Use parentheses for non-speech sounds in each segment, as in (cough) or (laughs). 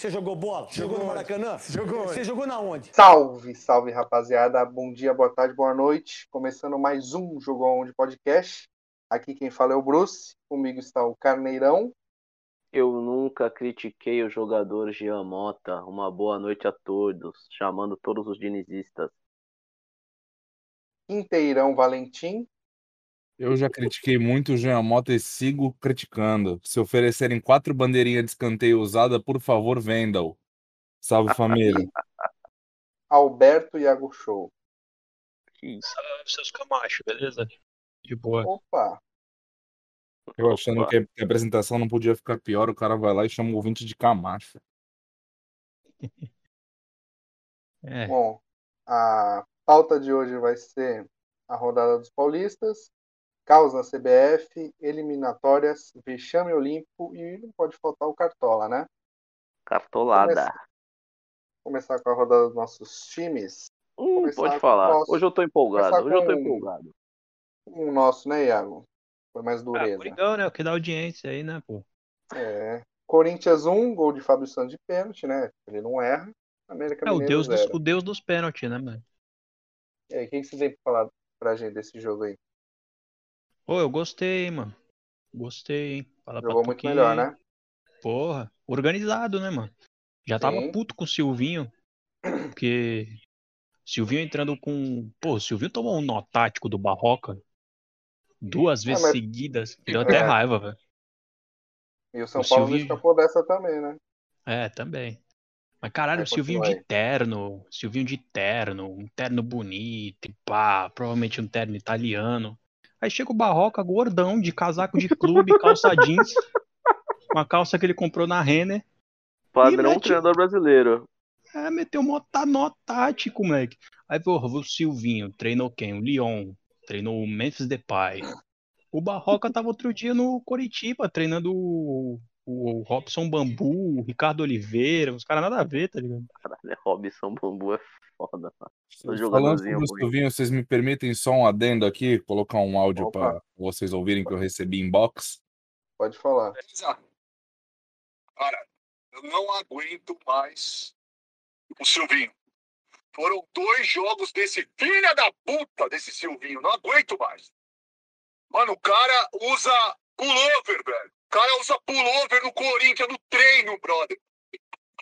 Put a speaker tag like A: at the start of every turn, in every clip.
A: Você jogou bola? Jogou, no Maracanã?
B: Jogou
A: Você
B: onde?
A: jogou na onde?
B: Salve, salve rapaziada, bom dia, boa tarde, boa noite. Começando mais um Jogo Aonde Podcast. Aqui quem fala é o Bruce, comigo está o Carneirão.
C: Eu nunca critiquei os jogadores de Amota. Uma boa noite a todos, chamando todos os dinizistas.
B: Inteirão Valentim.
D: Eu já critiquei muito o Jean Mota e sigo criticando. Se oferecerem quatro bandeirinhas de escanteio usada, por favor, vendam. Salve família.
B: Alberto Iago Show.
E: Salve, seus Camacho, beleza? De boa.
B: Opa,
D: Eu achando que a que a apresentação não podia ficar pior, o cara vai lá e chama o ouvinte de Camacho.
E: É,
B: bom, a pauta de hoje vai ser a rodada dos paulistas, caos na CBF, eliminatórias, vexame olímpico e não pode faltar o Cartola, né?
C: Cartolada.
B: Começar com a rodada dos nossos times.
C: Hum,
B: Começar
C: pode falar.
B: com-
C: Hoje eu tô empolgado.
B: começar
C: Hoje eu tô
B: com-
C: empolgado.
B: O nosso, né, Iago? Foi mais
E: Ah,
B: dureza.
E: Coringão, né? O que dá audiência aí, né, pô?
B: É. Corinthians 1, gol de Fábio Santos de pênalti, né? Ele não erra. América
E: É o
B: Mineiro
E: deus, dos,
B: 0.
E: o deus dos pênaltis, né, mano?
B: E aí, o que que você tem pra falar pra gente desse jogo aí?
E: Pô, eu gostei, hein, mano. Gostei, hein? Fala pra
B: Jogou
E: tu
B: muito
E: que-
B: melhor, né?
E: Porra, organizado, né, mano? Já tava
B: Sim.
E: puto com o Silvinho, porque Silvinho entrando com. Pô, o Silvinho tomou um nó tático do Barroca duas vezes
B: Ah, mas-
E: seguidas. Deu até
B: É.
E: raiva, velho.
B: E o São
E: O
B: Paulo não
E: Silvinho-
B: escapou dessa também, né?
E: É, também. Mas caralho,
B: Vai,
E: o Silvinho
B: continua
E: de terno, Silvinho de terno, um terno bonito, e pá, provavelmente um terno italiano. Aí chega o Barroca gordão, de casaco de clube, calça jeans, uma calça que ele comprou na Renner.
C: Padrão
E: mete-
C: treinador brasileiro.
E: É, meteu mó tá- nó tático, moleque. Aí, porra, o Silvinho treinou quem? O Lyon, treinou o Memphis Depay. O Barroca tava outro dia no Coritiba, treinando o, o Robson Bambu, o Ricardo Oliveira, os caras nada a ver, tá ligado?
C: Caralho, (laughs) Robson Bambu é foda, mano. Um
D: Falando
C: jogadorzinho
D: sobre o
C: ruim.
D: Silvinho, vocês me permitem só um adendo aqui, colocar um áudio
B: Opa.
D: para vocês ouvirem que eu recebi em box?
B: Pode falar.
F: Exato. Cara, eu não aguento mais o Silvinho. Foram dois jogos desse filha da puta desse Silvinho. Não aguento mais. Mano, o cara usa pullover, velho. O cara usa pullover no Corinthians, no treino, brother.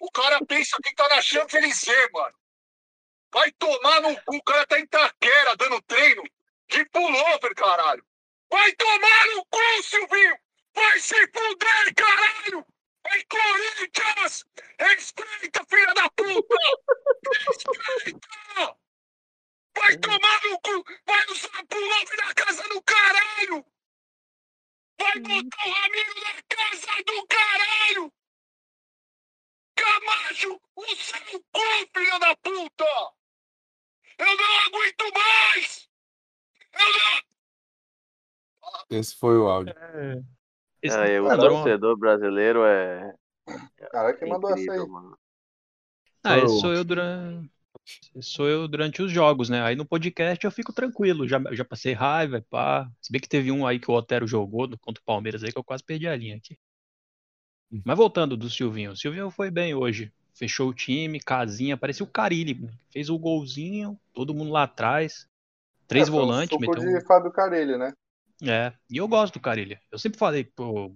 F: O cara pensa que tá na Champs-Élysées, mano. Vai tomar no cu. O cara tá em Taquera dando treino de pullover, caralho. Vai tomar no cu, Silvinho! Vai se fuder, caralho! É Corinthians! Respeita, filha da puta! Respeita! Vai tomar no cu! Vai usar pullover na casa do caralho! Vai botar o Ramiro na casa do caralho! Camacho, o seu cu, filha da puta! Eu não aguento mais! Eu não
D: Esse foi o
E: É,
D: áudio.
E: Esse
B: Ah,
C: É, o
E: jogador-
C: torcedor brasileiro é.
B: Cara, quem mandou essa
C: incrível,
B: aí?
C: mano.
E: Ah,
D: Eu-
E: esse sou eu durante. Sou eu durante os jogos, né? Aí no podcast eu fico tranquilo, já, já passei raiva, pá. Se bem que teve um aí que o Otero jogou no- contra o Palmeiras aí que eu quase perdi a linha aqui.
B: Hum.
E: Mas voltando do Silvinho, o Silvinho foi bem hoje. Fechou o time, casinha, parecia o Carille, fez o golzinho, todo mundo lá atrás, três
B: É, foi um
E: volantes,
B: suco
E: meteu um-
B: de Fábio Carelli, né?
E: é, e eu gosto do Carilha. Eu sempre falei, pô.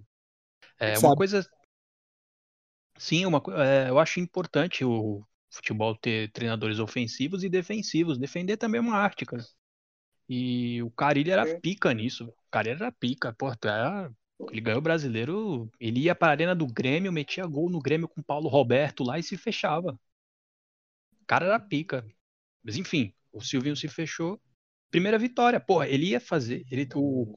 E: É, uma
D: Sabe.
E: coisa. Sim, uma, co- é, eu acho importante o futebol ter treinadores ofensivos e defensivos. Defender também é uma arte, cara. E o Carilha era
B: Sim.
E: pica nisso. velho. O Carilha era pica. Pô, tu era- ele ganhou o brasileiro. Ele ia pra arena do Grêmio, metia gol no Grêmio com o Paulo Roberto lá e se fechava. O cara era pica. Mas enfim, o Silvinho se fechou. Primeira vitória. Porra, ele ia fazer. Ele, o,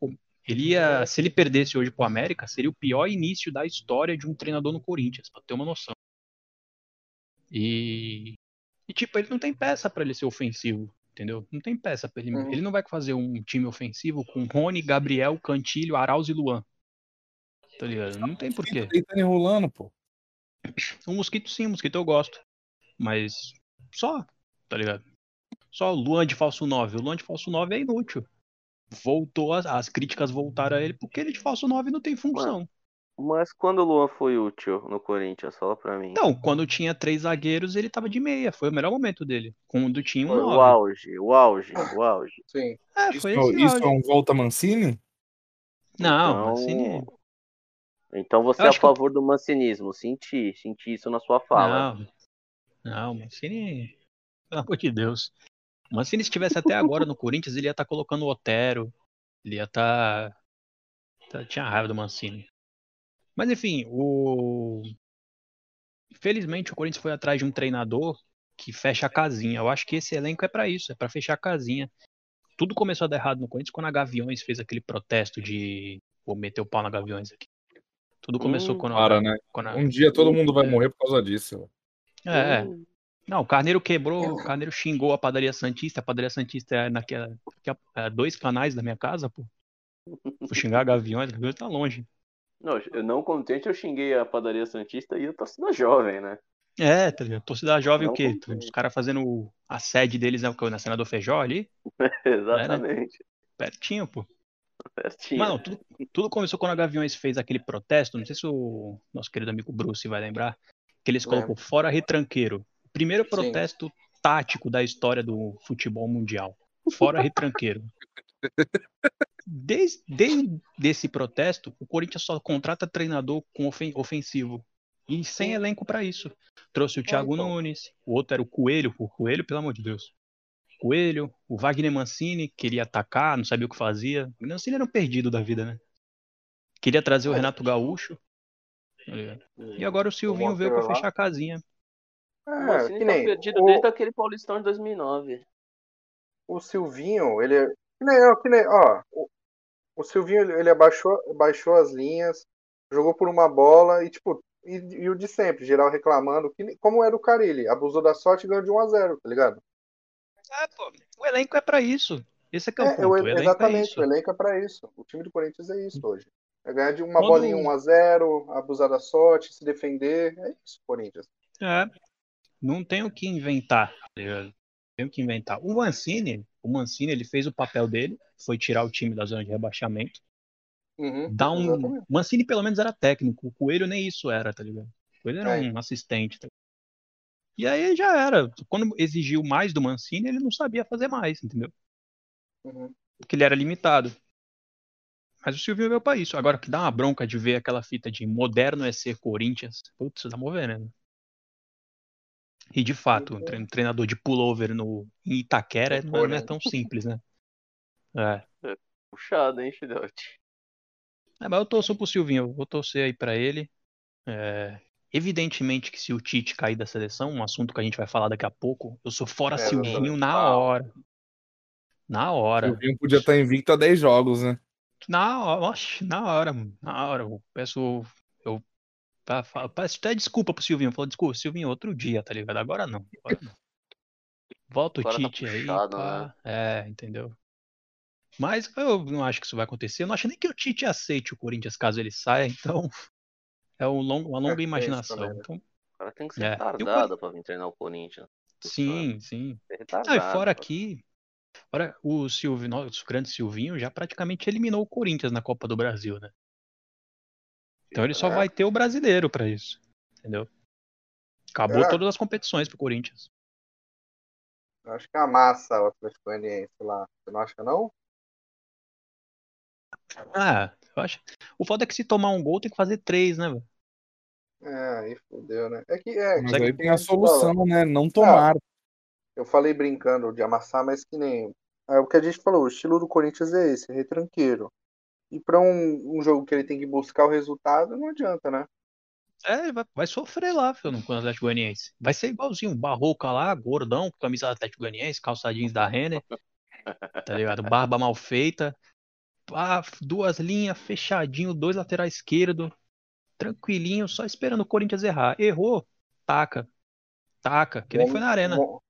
E: ele ia, se ele perdesse hoje pro América, seria o pior início da história de um treinador no Corinthians, pra ter uma noção. E, e tipo, ele não tem peça pra ele ser ofensivo, entendeu? Não tem peça pra ele.
B: Uhum.
E: Ele não vai fazer um time ofensivo com Rony, Gabriel, Cantilho, Arauz e Luan. Tá ligado? Não tem porquê.
D: Deitando e rolando, tá pô.
E: O Um mosquito sim, o mosquito eu gosto. Mas só, tá ligado? Só o Luan de falso 9. O Luan de falso 9 é inútil. Voltou, as, as críticas voltaram a ele porque ele de falso 9 não tem função.
C: Mas quando o Luan foi útil no Corinthians? Fala pra mim.
E: Então, quando tinha três zagueiros, ele tava de meia. Foi o melhor momento dele. Quando tinha um
C: Foi o
E: nove.
C: auge, o auge, o auge.
B: Sim.
E: É,
D: Isso,
E: foi esse
D: isso
E: auge.
D: é um volta Mancini?
E: Não, assim é. Ah,
C: Então-
E: Mancini.
C: Então você
E: Eu
C: é a
E: acho que-
C: favor do mancinismo. Senti, senti isso na sua fala.
E: Não. Não, Mancini. Pelo amor de Deus. O Mancini, se estivesse até agora no Corinthians, ele ia estar colocando o Otero. Ele ia estar. Tinha raiva do Mancini. Mas enfim, o. Felizmente o Corinthians foi atrás de um treinador que fecha a casinha. Eu acho que esse elenco é pra isso, é pra fechar a casinha. Tudo começou a dar errado no Corinthians quando a Gaviões fez aquele protesto de vou meter o pau na Gaviões aqui. Tudo começou
C: Hum,
E: quando, a-
D: Para, né?
E: quando a-
D: Um dia todo mundo vai morrer por causa disso.
E: É, é.
C: Hum, É.
E: Não, o Carneiro quebrou, o Carneiro xingou a padaria Santista. A padaria Santista é naquela. que é- é dois canais da minha casa, pô. Vou xingar a Gaviões, Gaviões tá longe.
C: Não, eu não contente, eu xinguei a padaria Santista e eu torcida jovem, né? (laughs)
E: É, tá ligado? Torcida jovem
C: Não
E: o quê?
C: compreendo.
E: Os caras fazendo o- a sede deles é o que? Na Senador Feijó ali?
C: Exatamente.
E: Pertinho, pô.
C: Certinho.
E: Mas não, tudo, tudo começou quando a Gaviões fez aquele protesto. Não sei se o nosso querido amigo Bruce vai lembrar. Que eles
B: Lembro.
E: colocou fora retranqueiro. Primeiro
B: Sim.
E: protesto tático da história do futebol mundial. Fora
B: (laughs)
E: retranqueiro. Desde, desde esse protesto, o Corinthians só contrata treinador com ofen- ofensivo. E sem elenco pra isso. Trouxe
B: É,
E: o Thiago
C: então.
E: Nunes, o outro era o Coelho, o Coelho, pelo amor de Deus. Coelho, o Wagner Mancini queria atacar, não sabia o que fazia. O Mancini era um perdido da vida, né? Queria trazer
B: É.
E: o Renato Gaúcho. tá ligado?
C: É.
E: E agora o Silvinho veio pra
B: Monteiro lá.
E: fechar a casinha.
C: O
B: É,
C: Mancini
B: que
C: tá
B: nem
C: perdido
B: o-
C: desde aquele Paulistão de 2009.
B: o Silvinho, ele é. Que nem, ó, que nem- ó, o, o Silvinho, ele, ele abaixou, abaixou as linhas, jogou por uma bola e, tipo, e, e o de sempre, geral reclamando, que, nem- como era o Carilli, abusou da sorte e ganhou de 1x0, tá ligado?
E: É, pô, o elenco é pra isso. Esse é que é o ponto.
B: eu-
E: o elenco é
B: exatamente,
E: isso. Hum.
B: o elenco é pra isso. O time do Corinthians é isso hoje. É ganhar de uma
E: Quando-
B: bolinha 1x0, abusar da sorte, se defender. É isso, Corinthians.
E: É. Não tem o que inventar. tá ligado? Não Tem o que inventar. O Mancini, o Mancini, ele fez o papel dele, foi tirar o time da zona de rebaixamento.
B: Uhum,
E: Dá um...
B: exatamente.
E: O Mancini pelo menos era técnico, o Coelho nem isso era, tá ligado? O Coelho era
B: É.
E: um assistente. tá ligado? E aí já era. Quando exigiu mais do Mancini, ele não sabia fazer mais, entendeu?
B: Uhum.
E: Porque ele era limitado. Mas o Silvio veio pra isso. Agora que dá uma bronca de ver aquela fita de moderno é ser Corinthians. Putz, você tá movendo. né? E de fato,
B: Uhum.
E: um tre- um treinador de pullover no, em Itaquera não é, não é tão simples,
B: (laughs)
E: né? É.
C: Puxado, hein, filhote?
E: É, mas eu torço pro Silvinho, eu vou torcer aí pra ele. É, evidentemente que se o Tite cair da seleção, um assunto que a gente vai falar daqui a pouco, eu sou fora
B: É,
E: Silvinho
B: exatamente.
E: na hora. Na hora.
D: O Vinho podia estar invicto a 10 jogos, né?
E: Na hora, oxe, na hora, mano, na hora. Eu peço, eu pa- fa- peço até desculpa pro Silvinho. Falou, desculpa, Silvinho, outro dia, tá ligado? Agora não. Agora não. Volta o
C: Agora tá
E: Tite aí,
C: puxado,
B: né?
E: pá. É, entendeu? Mas eu não acho que isso vai acontecer. Eu não acho nem que o Tite aceite o Corinthians caso ele saia, então (laughs) é um longo, uma longa
B: É, é isso
E: imaginação.
B: também, né?
E: Então,
C: O cara tem que ser
E: É. E o
C: retardado pra vir treinar o Corinthians.
E: sim, sim.
C: Tem que ser
E: Ah, e
C: retardado.
E: fora aqui, fora o Silvio, nosso grande Silvinho já praticamente eliminou o Corinthians na Copa do Brasil, né? Então ele só
B: É.
E: vai ter o brasileiro pra isso. Entendeu? Acabou
B: É.
E: todas as competições pro Corinthians.
B: Eu acho que é a massa o Atlético Goianiense lá. Você não acha, não?
E: Ah, eu acho. O foda é que se tomar um gol tem que fazer três, né, velho?
B: É, aí fudeu, né? É que é.
D: Mas
B: que-
D: aí
B: que
D: tem
B: nem
D: a
B: gente fala.
D: solução, né? Não tomar.
B: Eu falei brincando de amassar, mas que nem. É o que a gente falou, o estilo do Corinthians é esse, retranqueiro. E pra um, um jogo que ele tem que buscar o resultado, não adianta, né?
E: É, vai, vai sofrer lá, filho, no Atlético Goianiense. Vai ser igualzinho, o Barroca lá, gordão, com camisa do Atlético Goianiense, calça jeans da Renner, tá ligado? Barba mal feita, pá, duas linhas, fechadinho, dois lateral esquerdo, tranquilinho, só esperando o Corinthians errar. Errou, taca, taca, que nem foi na arena.
B: Mo-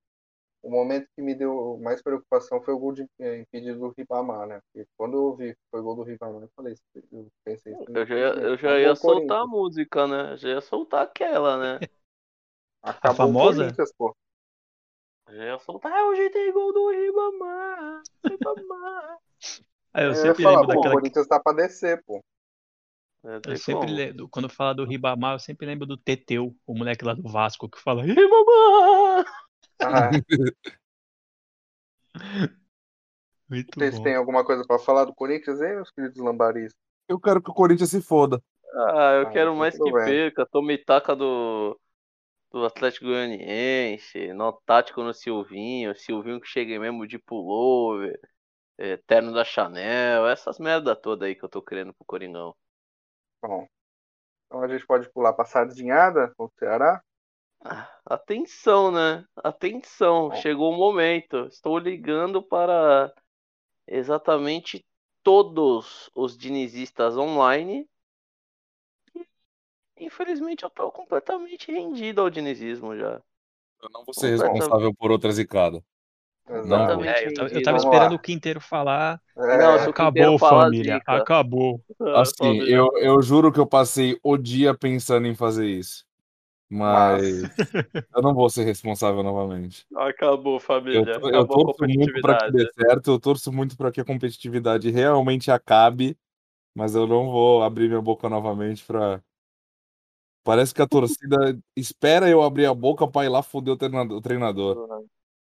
B: O momento que me deu mais preocupação foi o gol de, eh, impedido do Ribamar, né? Porque quando eu vi que foi gol do Ribamar, eu falei, isso- eu pensei isso.
C: Eu já ia, eu já
B: acabou
C: ia
B: o
C: soltar a
B: Corinthians.
C: música, né? Já ia soltar aquela,
E: (laughs)
C: né?
B: Acabou o
E: famosa?
B: Corinthians, pô.
C: Já ia soltar. Ah, hoje tem gol do Ribamar. Ribamar.
E: Ah, eu
B: É, Eu ia
E: sempre
B: falar,
E: lembro
B: pô, o
E: daquela. (laughs)
B: Corinthians tá pra descer, pô.
C: É,
E: Eu
C: tem
E: sempre
C: como.
E: le- do- quando fala do Ribamar, eu sempre lembro do Teteu, o moleque lá do Vasco que fala (laughs) Ribamar!
B: Ah,
E: Muito
B: vocês
E: bom.
B: têm alguma coisa pra falar do Corinthians aí, meus queridos lambaristas?
D: Eu quero que o Corinthians se foda.
C: Ah, eu
B: Ah,
C: quero
B: então
C: mais
B: tudo
C: que
B: bem.
C: perca. Tome taca do, do Atlético Goianiense. Nó tático no Silvinho. Silvinho que chega mesmo de pullover. eh, terno da Chanel. Essas merda toda aí que eu tô querendo pro Coringão.
B: Bom, então a gente pode pular pra sardinhada com o Ceará.
C: Ah, Atenção, né? Atenção. Chegou o momento. Estou ligando para exatamente todos os dinizistas online. E, Infelizmente eu tô completamente rendido ao dinizismo já.
D: Eu não vou ser
C: Não,
D: responsável por outra zicada.
B: Exatamente.
E: É, eu, tava, eu
C: rendido.
E: tava
B: Vamos
E: esperando
B: lá.
E: o Quinteiro falar.
B: É,
C: Não, se o Quinteiro
E: Acabou,
C: falar,
E: família.
C: zica.
E: Acabou.
D: Assim,
C: Ah, Só-
D: eu, eu juro que eu passei o dia pensando em fazer isso. Mas eu não vou ser responsável novamente.
C: Acabou, família.
D: Eu, to- eu
C: Acabou a
D: torço muito para que
C: competitividade.
D: dê certo, eu torço muito para que a competitividade realmente acabe, mas eu não vou abrir minha boca novamente para. Parece que a torcida (laughs) espera eu abrir a boca para ir lá foder o treinado- o treinador.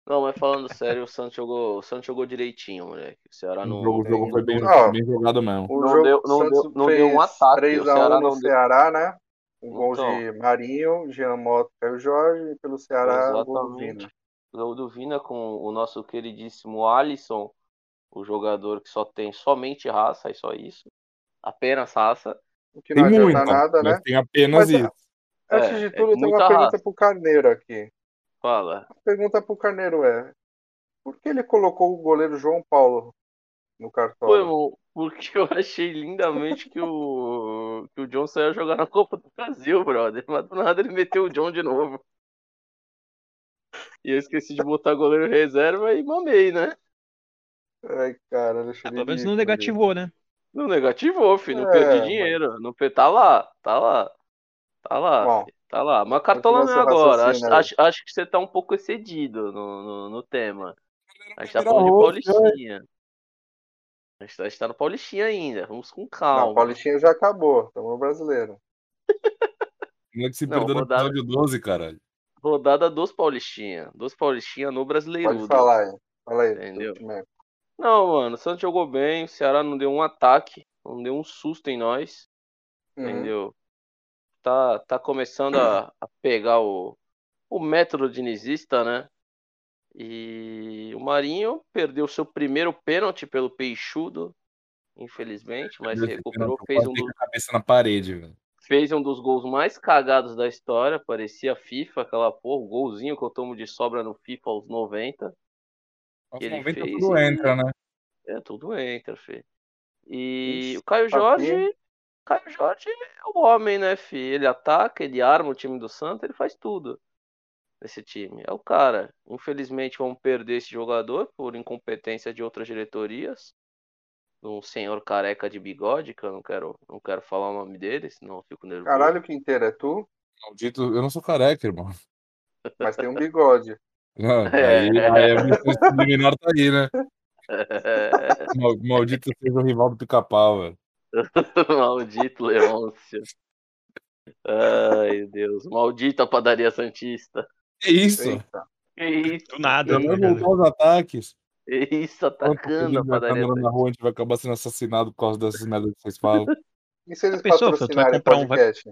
C: Não, mas falando sério, o Santos jogou, o Santos jogou direitinho, moleque. O Ceará
D: O
C: não.
D: jogo, o jogo foi bem,
B: Ó.
D: bem jogado mesmo.
B: O
C: Não
B: jogo
C: deu- não
B: Santos
C: deu- não deu um
B: fez
C: ataque,
B: 3
C: o
B: a 1
C: Ceará
B: no
C: não deu-
B: Ceará, né? Um gol
C: Então.
B: de Marinho, Jean Mota, Caio Jorge, e pelo Ceará, o gol do Vina.
C: Exatamente. O gol do Vina com o nosso queridíssimo Alisson, o jogador que só tem somente raça e só isso. Apenas raça.
B: O que
D: Tem
B: não adianta
D: muita,
B: nada,
D: mas
B: né?
D: tem apenas
B: Mas,
D: isso.
B: Antes
C: É,
B: de
C: é
B: tudo, eu tenho
C: muita
B: uma pergunta
C: raça.
B: pro Carneiro aqui.
C: Fala.
B: A pergunta pro Carneiro é: por que ele colocou o goleiro João Paulo no
C: Pô,
B: cartola?
C: irmão, porque eu achei lindamente que o, que o John saiu jogar na Copa do Brasil, brother. Mas do nada ele meteu o John de novo. E eu esqueci de botar goleiro reserva e mamei, né?
B: Ai, cara, deixa
E: Ah,
B: ele.
E: pelo menos não
B: ridículo,
E: negativou, né?
C: Não negativou, filho. Não
B: É,
C: perdi
B: mas-
C: dinheiro. Não per... Tá lá, tá lá. Tá lá,
B: Bom,
C: filho, tá lá. Mas cartola não
B: continua
C: é
B: seu
C: agora. Acho,
B: raciocínio né? aí.
C: acho, acho que você tá um pouco excedido no, no, no tema. A gente tá
D: Vira
C: falando de
D: rosto,
C: Paulistinha. A gente, tá, a gente tá no Paulistinha ainda. Vamos com
B: Não,
C: calma.
B: o Paulistinha já acabou, estamos no brasileiro.
D: O moleque se
C: Não,
D: perdeu no
C: rodada-
D: episódio 12, caralho.
C: Rodada dos Paulistinha. Dos Paulistinha no Brasileirudo.
B: Pode falar aí. Fala aí, seu
C: Entendeu?
B: time.
C: Não, mano. O Santos jogou bem. O Ceará não deu um ataque. Não deu um susto em nós.
B: Uhum.
C: entendeu? Tá, tá começando a, a pegar o, o método dinizista, né? E o Marinho perdeu seu primeiro pênalti pelo Peixudo, infelizmente, mas se recuperou,
D: Eu
C: fez
D: quase
C: um,
D: dei com
C: dos,
D: a cabeça na parede, velho.
C: fez um dos gols mais cagados da história, parecia FIFA, aquela porra, o golzinho que eu tomo de sobra no FIFA aos 90.
D: Aos
C: Ele
D: 90
C: fez
D: tudo
C: e-
D: entra, né?
C: É, tudo entra, filho. E
B: Isso,
C: o Caio
B: tá
C: Jorge,
B: aqui.
C: Caio Jorge é o homem, né, filho? Ele ataca, ele arma o time do Santos, ele faz tudo nesse time. É o cara. Infelizmente vamos perder esse jogador por incompetência de outras diretorias. Um senhor careca de bigode, que eu não quero, não quero falar o nome dele, senão eu fico nervoso.
B: Caralho, que inteiro é tu,
D: Maldito, eu não sou careca, irmão. (laughs)
B: mas tem um bigode.
D: Não,
C: (laughs) É.
D: aí, aí a mensagem subliminar tá aí, né?
C: É,
D: Mal- Maldito seja o rival do pica-pau, velho.
C: (laughs) Maldito Leôncio. Ai, Deus. Maldita padaria Santista.
D: É isso.
B: Eita.
C: Que isso,
E: Do nada,
D: Eu
E: tá
D: não
E: ligado?
D: voltar os ataques.
C: que (laughs) isso,
D: Enquanto a
C: atacando a
D: gente vai estar
C: Tá padaria
D: andando
C: Santista.
D: um na rua, a gente vai acabar sendo assassinado por causa dessas merdas
B: (laughs)
D: que vocês falam.
B: E se eles
E: Já pensou, Fran? Tu vai
B: patrocinarem o
E: comprar um- vai-
B: podcast?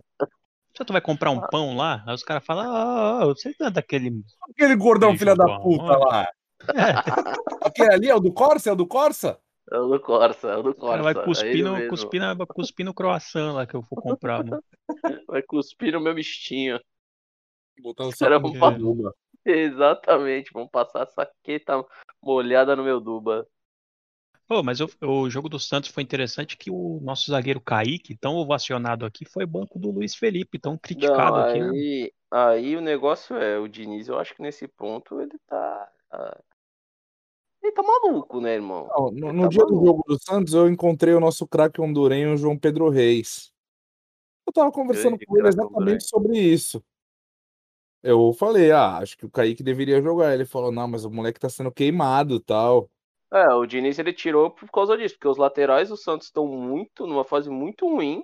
E: Se tu vai comprar um pão lá, aí os caras falam, ah, ah, ah, você não é daquele.
D: Aquele gordão
E: Ele
D: filha da
E: jogou
D: puta
E: aonde?
D: lá.
E: É,
D: Aquele ali é o do Corsa? É o do Corsa?
C: É o do Corsa, é o do
E: o cara
C: Corsa.
E: vai
C: é
E: cuspir
C: ele
E: no,
C: mesmo.
E: cuspir na, vai cuspir no croissant lá que eu vou comprar, né?"
C: (laughs)
E: mano.
C: Vai cuspir no meu mistinho.
D: Botar o
C: Era
D: saco
C: um
D: no
E: pau.
D: Duba.
C: (laughs) Exatamente, vão passar a saqueta molhada no meu Duba.
E: Pô, mas o, o jogo do Santos foi interessante que o nosso zagueiro Kaique, tão ovacionado aqui, foi banco do Luiz Felipe, tão
C: Não,
E: criticado aqui, né?
C: aí, aí o negócio é, o Diniz, eu acho que nesse ponto ele tá. ah, Ele tá maluco, né, irmão?
D: Não, no,
C: Ele
D: no
C: tá
D: dia do
C: maluco.
D: jogo do Santos, eu encontrei o nosso craque hondurenho, o João Pedro Reis. Eu tava conversando
C: Grande
D: com ele
C: craque hondurenho.
D: exatamente sobre isso. Eu falei, ah, acho que o Kaique deveria jogar. Ele falou, não, mas o moleque tá sendo queimado e tal.
C: É, o Diniz ele tirou por causa disso, porque os laterais do Santos estão muito, numa fase muito ruim.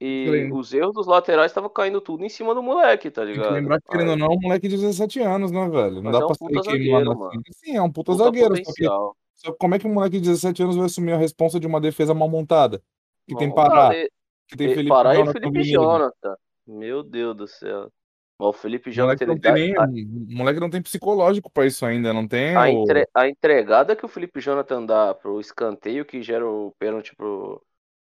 C: E
D: Lembro.
C: os erros dos laterais estavam caindo tudo em cima do moleque, tá
D: Tem que
C: ligado?
D: lembrar que, querendo ou não, é um moleque de 17 anos, né, velho? Não
C: Mas
D: dá
C: é um
D: pra
C: puta
D: sair queimando
C: zagueiro,
D: assim.
C: mano.
D: Sim, é um puta,
C: Puta
D: zagueiro. Só que,
C: potencial.
D: só que como é que um moleque de 17 anos vai assumir a responsa de uma defesa mal montada? Que tem
C: Não,
D: Pará,
C: cara,
D: que tem
C: e-
D: Felipe
C: Pará e o
D: Jonathan
C: Felipe
D: Vinícius.
C: Jonathan. Meu Deus do céu. Mas o Felipe
D: O
C: Jonathan,
D: moleque
C: ele
D: não é tem
C: dá-
D: nem, o moleque não tem psicológico pra isso ainda, não tem?
C: a,
D: o-
C: entre- a entregada que o Felipe Jonathan dá pro escanteio que gera o pênalti pro,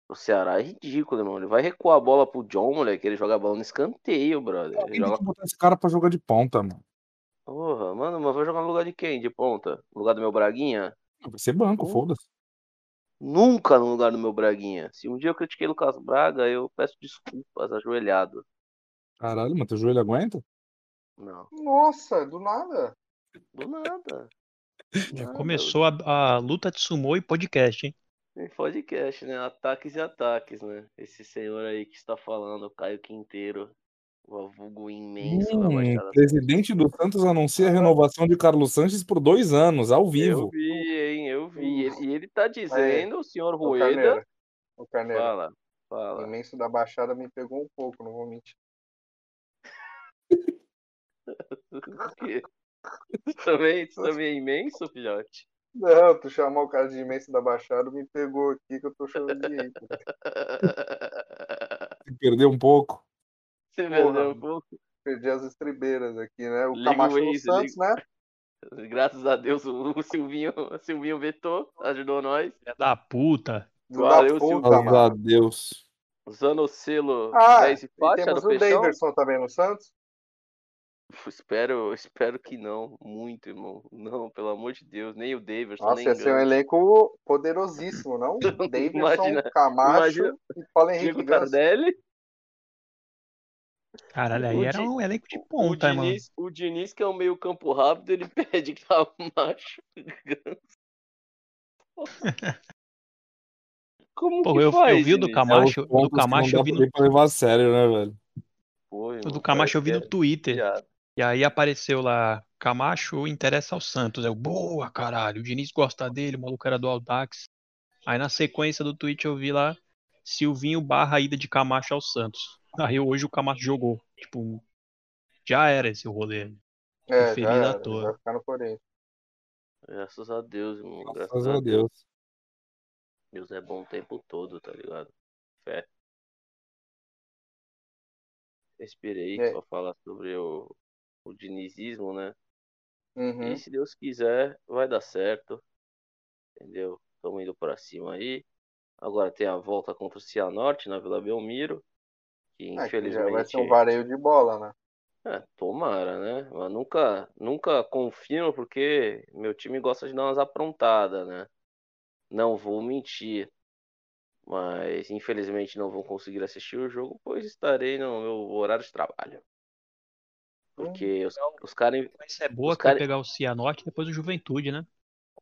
C: pro Ceará é ridículo, irmão. Ele vai recuar a bola pro John, moleque. Ele joga a bola no escanteio, brother. Ele
D: Alguém tem
C: joga...
D: que botar esse cara pra jogar de ponta, mano.
C: Porra, mano, mas vai jogar no lugar de quem? De ponta? No lugar do meu Braguinha?
D: Ah, Vai ser banco, foda-se.
C: Nunca no lugar do meu Braguinha. Se um dia eu critiquei Lucas Braga, eu peço desculpas, ajoelhado.
D: Caralho, mano, teu joelho aguenta?
C: Não,
B: Nossa, do nada.
C: do nada. Do
E: Já
C: nada.
E: começou a, a luta de sumô e podcast, hein?
C: Tem podcast, né? Ataques e ataques, né? Esse senhor aí que está falando, o Caio Quinteiro. O vulgo imenso da
D: Hum,
C: Baixada.
D: o presidente do Santos anuncia a renovação de Carlos Sanches por dois anos, ao
C: Eu
D: vivo.
C: vi, hein? Eu vi. E ele tá dizendo, o senhor
B: O
C: Rueda.
B: Carneiro. O Carneiro.
C: Fala,
B: O
C: fala.
B: imenso da Baixada me pegou um pouco, não vou mentir.
C: (laughs) Isso também, isso também é imenso, filhote. (laughs)
B: Não, tu chamar o cara de imenso da Baixada me pegou aqui que eu tô chorando de
C: (laughs)
B: rir.
D: Se perdeu um pouco.
C: Você
B: Porra.
C: perdeu um pouco.
B: Perdi as estribeiras aqui, né? O
C: Liga o
B: Camacho no
C: Waze,
B: Santos, né?
C: Graças a Deus o, o Silvinho, o Silvinho vetou, ajudou nós.
E: Filha da puta.
B: Do da
C: Valeu,
B: puta,
D: Graças a
B: mano.
D: Deus.
C: Zanocelo,
B: Ah,
C: 10 e
B: e
C: faixa
B: temos
C: do
B: o
C: Peixão.
B: Daverson também no Santos.
C: Pô, (laughs) Espero, espero que não, muito, irmão. Não, pelo amor de Deus, nem o Davidson,
B: Nossa,
C: nem
B: ia ser um
C: Gana.
B: elenco poderosíssimo,
C: (laughs)
B: não? Daverson,
C: Imagina-
B: Camacho
C: imagina-
B: e Paulo Henrique
C: Diego
B: Ganso.
C: Tardelli,
E: Caralho, aí
C: O
E: era
C: Di-
E: um elenco de
C: o
E: ponta, mano.
C: Diniz, o Diniz, que é o meio campo rápido, ele (laughs) pede um
E: (laughs)
C: Camacho e Ganso. Como
E: Pô,
C: que
E: eu,
C: faz,
E: eu vi o do
C: Diniz?
D: É os
E: Camacho, do
D: pontos que não
E: Camacho
D: dá
E: eu vi
D: pra
E: no,
D: nem pra levar a sério, né, velho?
E: o
C: Pô,
E: do
C: irmão, cara,
E: Camacho eu vi no
C: que é
E: Twitter.
C: piada.
E: E aí apareceu lá, Camacho interessa ao Santos. Eu, boa, caralho, o Diniz gosta dele, o maluco era do Aldax. Aí na sequência do tweet eu vi lá, Silvinho barra ida de Camacho ao Santos. Aí hoje o Camacho jogou. Tipo, já era esse rolê.
B: É,
E: Feliz
B: já
E: à
B: era, ele
E: toa.
B: vai ficar no Corinthians.
C: Graças a Deus, irmão. Graças,
D: Graças
C: a
D: a
C: Deus.
D: Deus.
C: Deus é bom o tempo todo, tá ligado? Fé. Respirei
B: É.
C: pra falar sobre o, o dinizismo, né?
B: Uhum.
C: E se Deus quiser, vai dar certo. Entendeu? Estamos indo pra cima aí. Agora tem a volta contra o Cianorte na Vila Belmiro.
B: É,
C: Que
B: que já vai
C: infelizmente.
B: ser um vareio de bola, né?
C: É, tomara, né? Mas nunca, nunca confirmo porque meu time gosta de dar umas aprontadas, né? Não vou mentir. Mas infelizmente não vou conseguir assistir o jogo, pois estarei no meu horário de trabalho. Porque os, os caras.
E: Mas isso é boa
C: Os
E: que
C: cara-
E: vai pegar o Cianorte e depois o Juventude, né?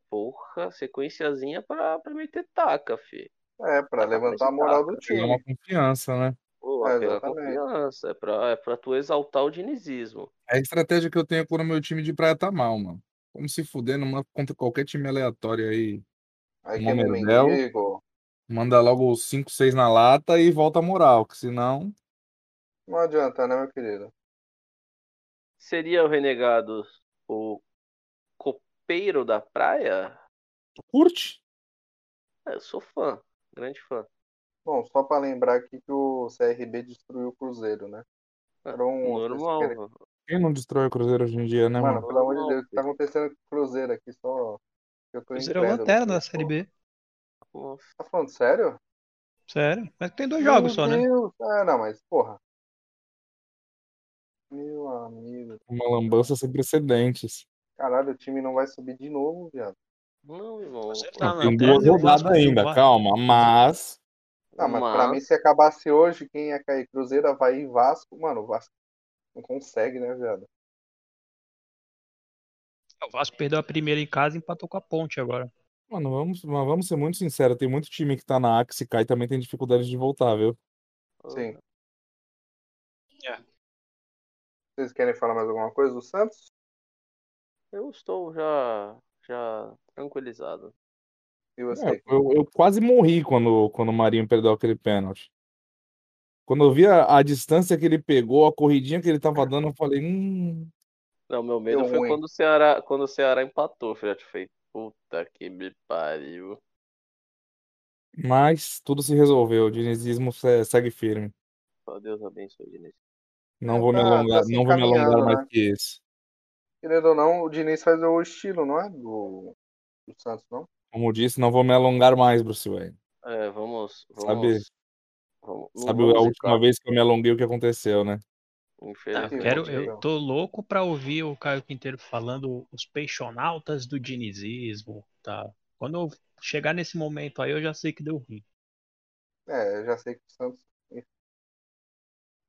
C: Porra, sequenciazinha pra, pra meter taca, fi.
B: É, pra
C: Tá com
B: levantar a
C: esse
B: moral
C: taco.
B: do
D: Pegar
B: time.
D: uma confiança, né?
C: Pô,
B: É,
C: vai pegar
B: exatamente.
C: confiança. É pra, é pra tu exaltar o dinizismo.
D: É a estratégia que eu tenho quando o meu time de praia tá mal, mano. Como se fuder numa, contra qualquer time aleatório aí.
B: Aí
D: Um
B: queima o
D: Homerdel.
B: mendigo.
D: Manda logo os 5, 6 na lata e volta a moral, que senão.
B: Não adianta, né, meu querido?
C: Seria o renegado o copeiro da praia?
D: Curte?
C: Ah, Eu sou fã, grande fã.
B: Bom, só pra lembrar aqui que o CRB destruiu o Cruzeiro, né? Era um...
C: Ah, Normal. mano.
D: Quem não destrói o Cruzeiro hoje em dia, né, mano?
B: Mano, pelo amor de
C: Normal,
B: Deus, o que tá
C: filho.
B: acontecendo com o Cruzeiro aqui? Só que eu tô em
E: Cruzeiro é o lanterna da Série B.
C: Nossa,
B: Tá falando sério?
E: Sério. Mas tem dois jogos
B: Meu
E: só, né?
B: Deus! Ah, não, mas porra. Meu amigo.
D: Uma lambança sem precedentes.
B: Caralho, o time não vai subir de novo, viado.
C: Não, irmão.
E: Cruzeiro tá na
D: Tem duas
E: lanterna e o
D: rodadas
E: Vasco
D: ainda,
E: vai-
D: calma. Mas.
B: Ah, mas pra mim, se acabasse hoje, quem ia cair? Cruzeiro, Havaí e Vasco. Mano, o Vasco não consegue, né, viado?
E: O Vasco perdeu a primeira em casa e empatou com a Ponte agora.
D: Mano, vamos, mas vamos ser muito sinceros. Tem muito time que tá na A que se cai também tem dificuldade de voltar, viu?
B: Sim.
C: né?
E: É.
B: Vocês querem falar mais alguma coisa do Santos?
C: Eu estou já, já tranquilizado.
B: E
D: É,
B: você?
D: eu, eu quase morri quando, quando o Marinho perdeu aquele pênalti. Quando eu vi a, a distância que ele pegou, a corridinha que ele tava dando, eu falei, hum.
C: Não, meu medo
B: Deu
C: foi
B: ruim.
C: quando o Ceará, quando o Ceará empatou, filhote feio. Puta que me pariu.
D: Mas tudo se resolveu. O dinizismo se- segue firme.
C: Só Deus abençoe, Diniz.
D: Não vou me
B: Tá- tá
D: alongar,
B: se
D: não vou me alongar
B: encaminhando,
D: mais
B: né?
D: que esse.
B: Querendo ou não, o Diniz faz o estilo, não é? Do, do Santos, não?
D: Como eu disse, não vou me alongar mais, Bruce Wayne.
C: É, vamos.
D: Sabe,
C: vamos, vamos não
D: sabe a
C: vamos
D: última
C: zicar,
D: vez que eu me alonguei o que aconteceu, né?
E: Ah,
C: Infelizmente. é
E: eu quero,
B: Sim,
E: eu
B: então.
E: tô louco pra ouvir o Caio Quinteiro falando os peixonautas do dinizismo, tá? Quando eu chegar nesse momento aí, eu já sei que deu ruim.
B: É, eu já sei que o Santos. é.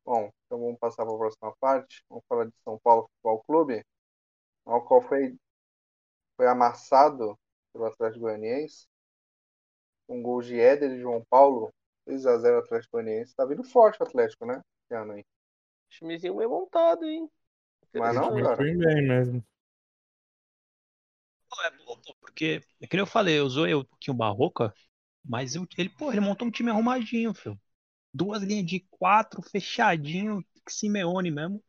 B: Bom, então vamos passar para a próxima parte. Vamos falar de São Paulo Futebol Clube, ao qual foi, foi amassado pelo Atlético Goianiense. Um gol de Éder e João Paulo, 2x0 Atlético Goianiense. Tá vindo forte o Atlético, né? Esse ano aí.
C: um Timezinho bem montado, hein?
B: Mas É não,
C: Interessante.
B: cara.
D: Foi bem mesmo.
E: Pô, é bom, pô, porque, é que nem eu falei, eu zoei um pouquinho o Barroca, mas eu- ele, pô, ele montou um time arrumadinho, filho. Duas linhas de quatro, fechadinho, Simeone mesmo.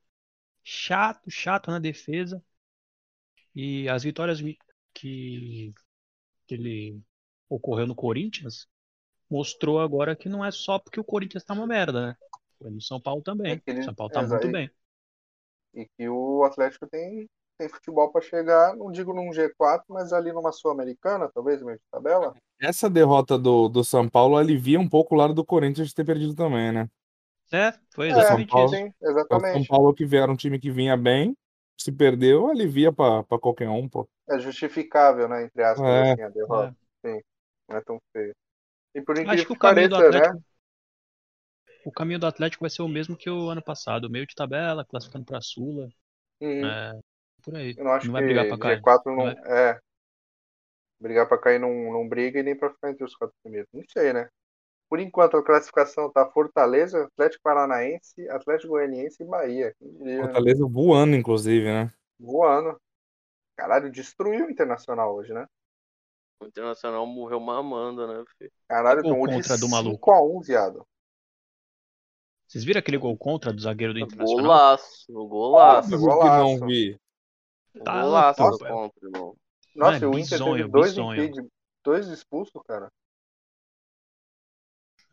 E: Chato, chato na defesa. E as vitórias mi- que, que ele ocorreu no Corinthians mostrou agora que não é só porque o Corinthians tá uma merda, né? Foi no São Paulo
B: É
E: também.
B: que ele-
E: São Paulo tá
B: é,
E: muito
B: e-
E: bem.
B: E que o Atlético tem, tem futebol para chegar, não digo num G4, mas ali numa Sul-Americana, talvez, meio de tabela.
D: Essa derrota do, do São Paulo alivia um pouco o lado do Corinthians de ter perdido também, né?
E: É, foi
B: É,
D: São
E: exatamente isso.
D: Paulo.
B: sim,
D: É o São
B: exatamente.
D: Paulo que era um time que vinha bem, se perdeu, alivia pra pra qualquer um, pô.
B: É justificável, né, entre aspas,
D: É.
B: assim, a derrota.
E: É.
B: Sim, não é tão feio. E por incrível
E: Acho que
B: que,
E: o caminho do
B: pareça, né?
E: Atlético, o caminho do Atlético vai ser o mesmo que o ano passado, meio de tabela, classificando pra Sula,
B: Uhum.
E: é, por aí.
B: Eu não acho
E: Não
B: que
E: vai brigar pra cair.
B: G4
E: Não
B: não
E: vai-
B: é. Brigar para cair não, não briga e nem para ficar entre os quatro primeiros. Não sei, né? Por enquanto a classificação tá Fortaleza, Atlético Paranaense, Atlético Goianiense e Bahia. Quem diria, né?
D: Fortaleza voando, inclusive, né?
B: Voando. Caralho, destruiu o Internacional hoje, né?
C: O Internacional morreu mamando, né, filho?
B: Caralho,
E: Que gol
B: tomou de
E: contra do maluco?
B: 5x1, viado.
E: Vocês viram aquele gol contra do zagueiro do Internacional?
C: Golaço, golaço.
D: Óbvio que
B: golaço.
D: não vi.
E: Tá
C: golaço
E: louco,
C: do
E: pô.
C: contra, irmão.
E: Não,
B: Nossa,
E: é
B: e o Inter teve
E: bizonho,
B: dois
E: bizonho.
B: impedidos, dois expulsos, cara.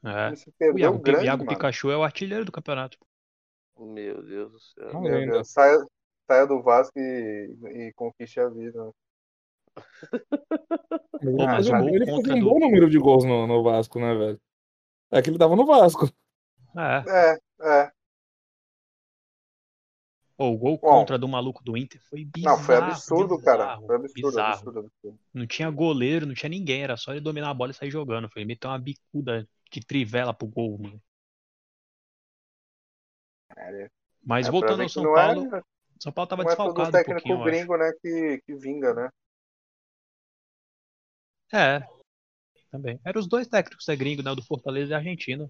B: O
E: É.
B: time se
E: O
B: perdeu um
E: Iago, Pi-
B: grande,
E: Iago
B: mano.
E: Pikachu é o artilheiro do campeonato.
C: Meu Deus do céu.
D: Uma
B: Meu
D: lenda.
B: Deus, saia, saia do Vasco e, e conquiste a vida.
D: Ele
E: Pô, mas
D: fazia
E: o
D: um,
E: gol
D: ele
E: contra
D: fazia um
E: do.
D: bom número de gols no, no Vasco, né, velho? É que ele dava no Vasco.
E: É.
B: É, é.
E: Pô, o gol
B: Bom.
E: contra do maluco do Inter foi bizarro.
B: Não, foi absurdo, cara.
E: bizarro,
B: Foi absurdo,
E: bizarro.
B: absurdo, absurdo.
E: Não tinha goleiro, não tinha ninguém. Era só ele dominar a bola e sair jogando. Foi meter uma bicuda de trivela pro gol, mano.
B: Cara,
E: Mas
B: é pra
E: voltando
B: ver
E: ao
B: que
E: São
B: não é,
E: Paulo, São Paulo tava
B: não é todo
E: desfalcado um
B: técnico
E: pouquinho, eu acho.
B: gringo, né, que, que vinga, né?
E: É, também. Eram os dois técnicos da gringo, né? O do Fortaleza e Argentina.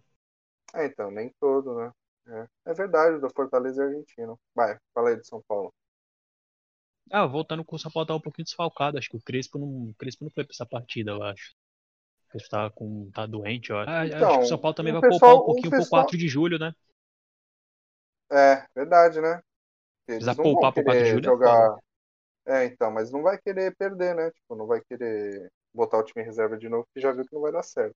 B: É, então, nem todo, né? É, é verdade, o do Fortaleza é argentino. Vai, fala aí de São Paulo.
E: Ah, voltando com o São Paulo tava um pouquinho desfalcado. Acho que o Crespo não, o Crespo não foi pra essa partida, eu acho. O Crespo tá, com, tá doente, ó. Ah, acho
B: Então,
E: que o São Paulo também
B: o
E: vai
B: pessoal-
E: poupar um pouquinho
B: o
E: pro
B: pessoal-
E: 4 de julho, né?
B: É, verdade, né? Eles
E: Precisar
B: não vão
E: poupar pro 4 de
B: querer
E: julho é foda.
B: jogar. É, então, mas não vai querer perder, né? Tipo, não vai querer botar o time em reserva de novo, que já viu que não vai dar certo.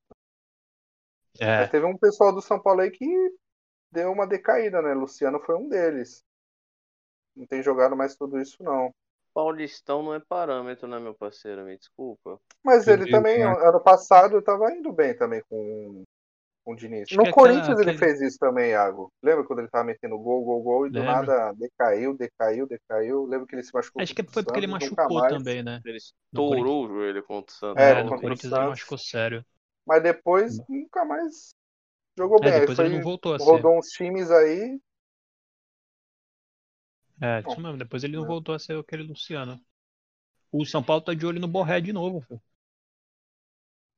B: Mas
E: É,
B: teve um pessoal do São Paulo aí que deu uma decaída, né? Luciano foi um deles. Não tem jogado mais tudo isso, não.
C: Paulistão não é parâmetro, né, meu parceiro? Me desculpa.
B: Mas
D: Meu
B: ele
D: Deus,
B: também,
D: né?
B: ano passado, tava indo bem também com, com o Diniz.
E: Acho que
B: No
E: aquela-
B: Corinthians ele
E: aquele-
B: fez isso também, Iago. Lembra quando ele tava metendo gol, gol, gol e do
E: Lembro.
B: nada decaiu, decaiu, decaiu. Lembra que ele se machucou
E: acho que
B: contra o
E: foi porque ele
B: Santos, nunca
E: machucou
B: mais.
E: também, né?
C: Ele
E: No Corinthians.
C: estourou o joelho contra o Santos.
B: É,
E: É,
C: Não,
E: no
B: contra o
E: Corinthians ele
B: Santos.
E: machucou sério.
B: Mas depois
E: Ba-
B: nunca mais jogou
E: Hum. É,
B: bem. Aí
E: depois ele não
B: foi,
E: voltou a ser.
B: rodou uns times aí.
E: É,
B: Bom,
E: isso mesmo, depois ele não
B: né?
E: voltou a ser aquele Luciano. O São Paulo tá de olho no Borré de novo, filho.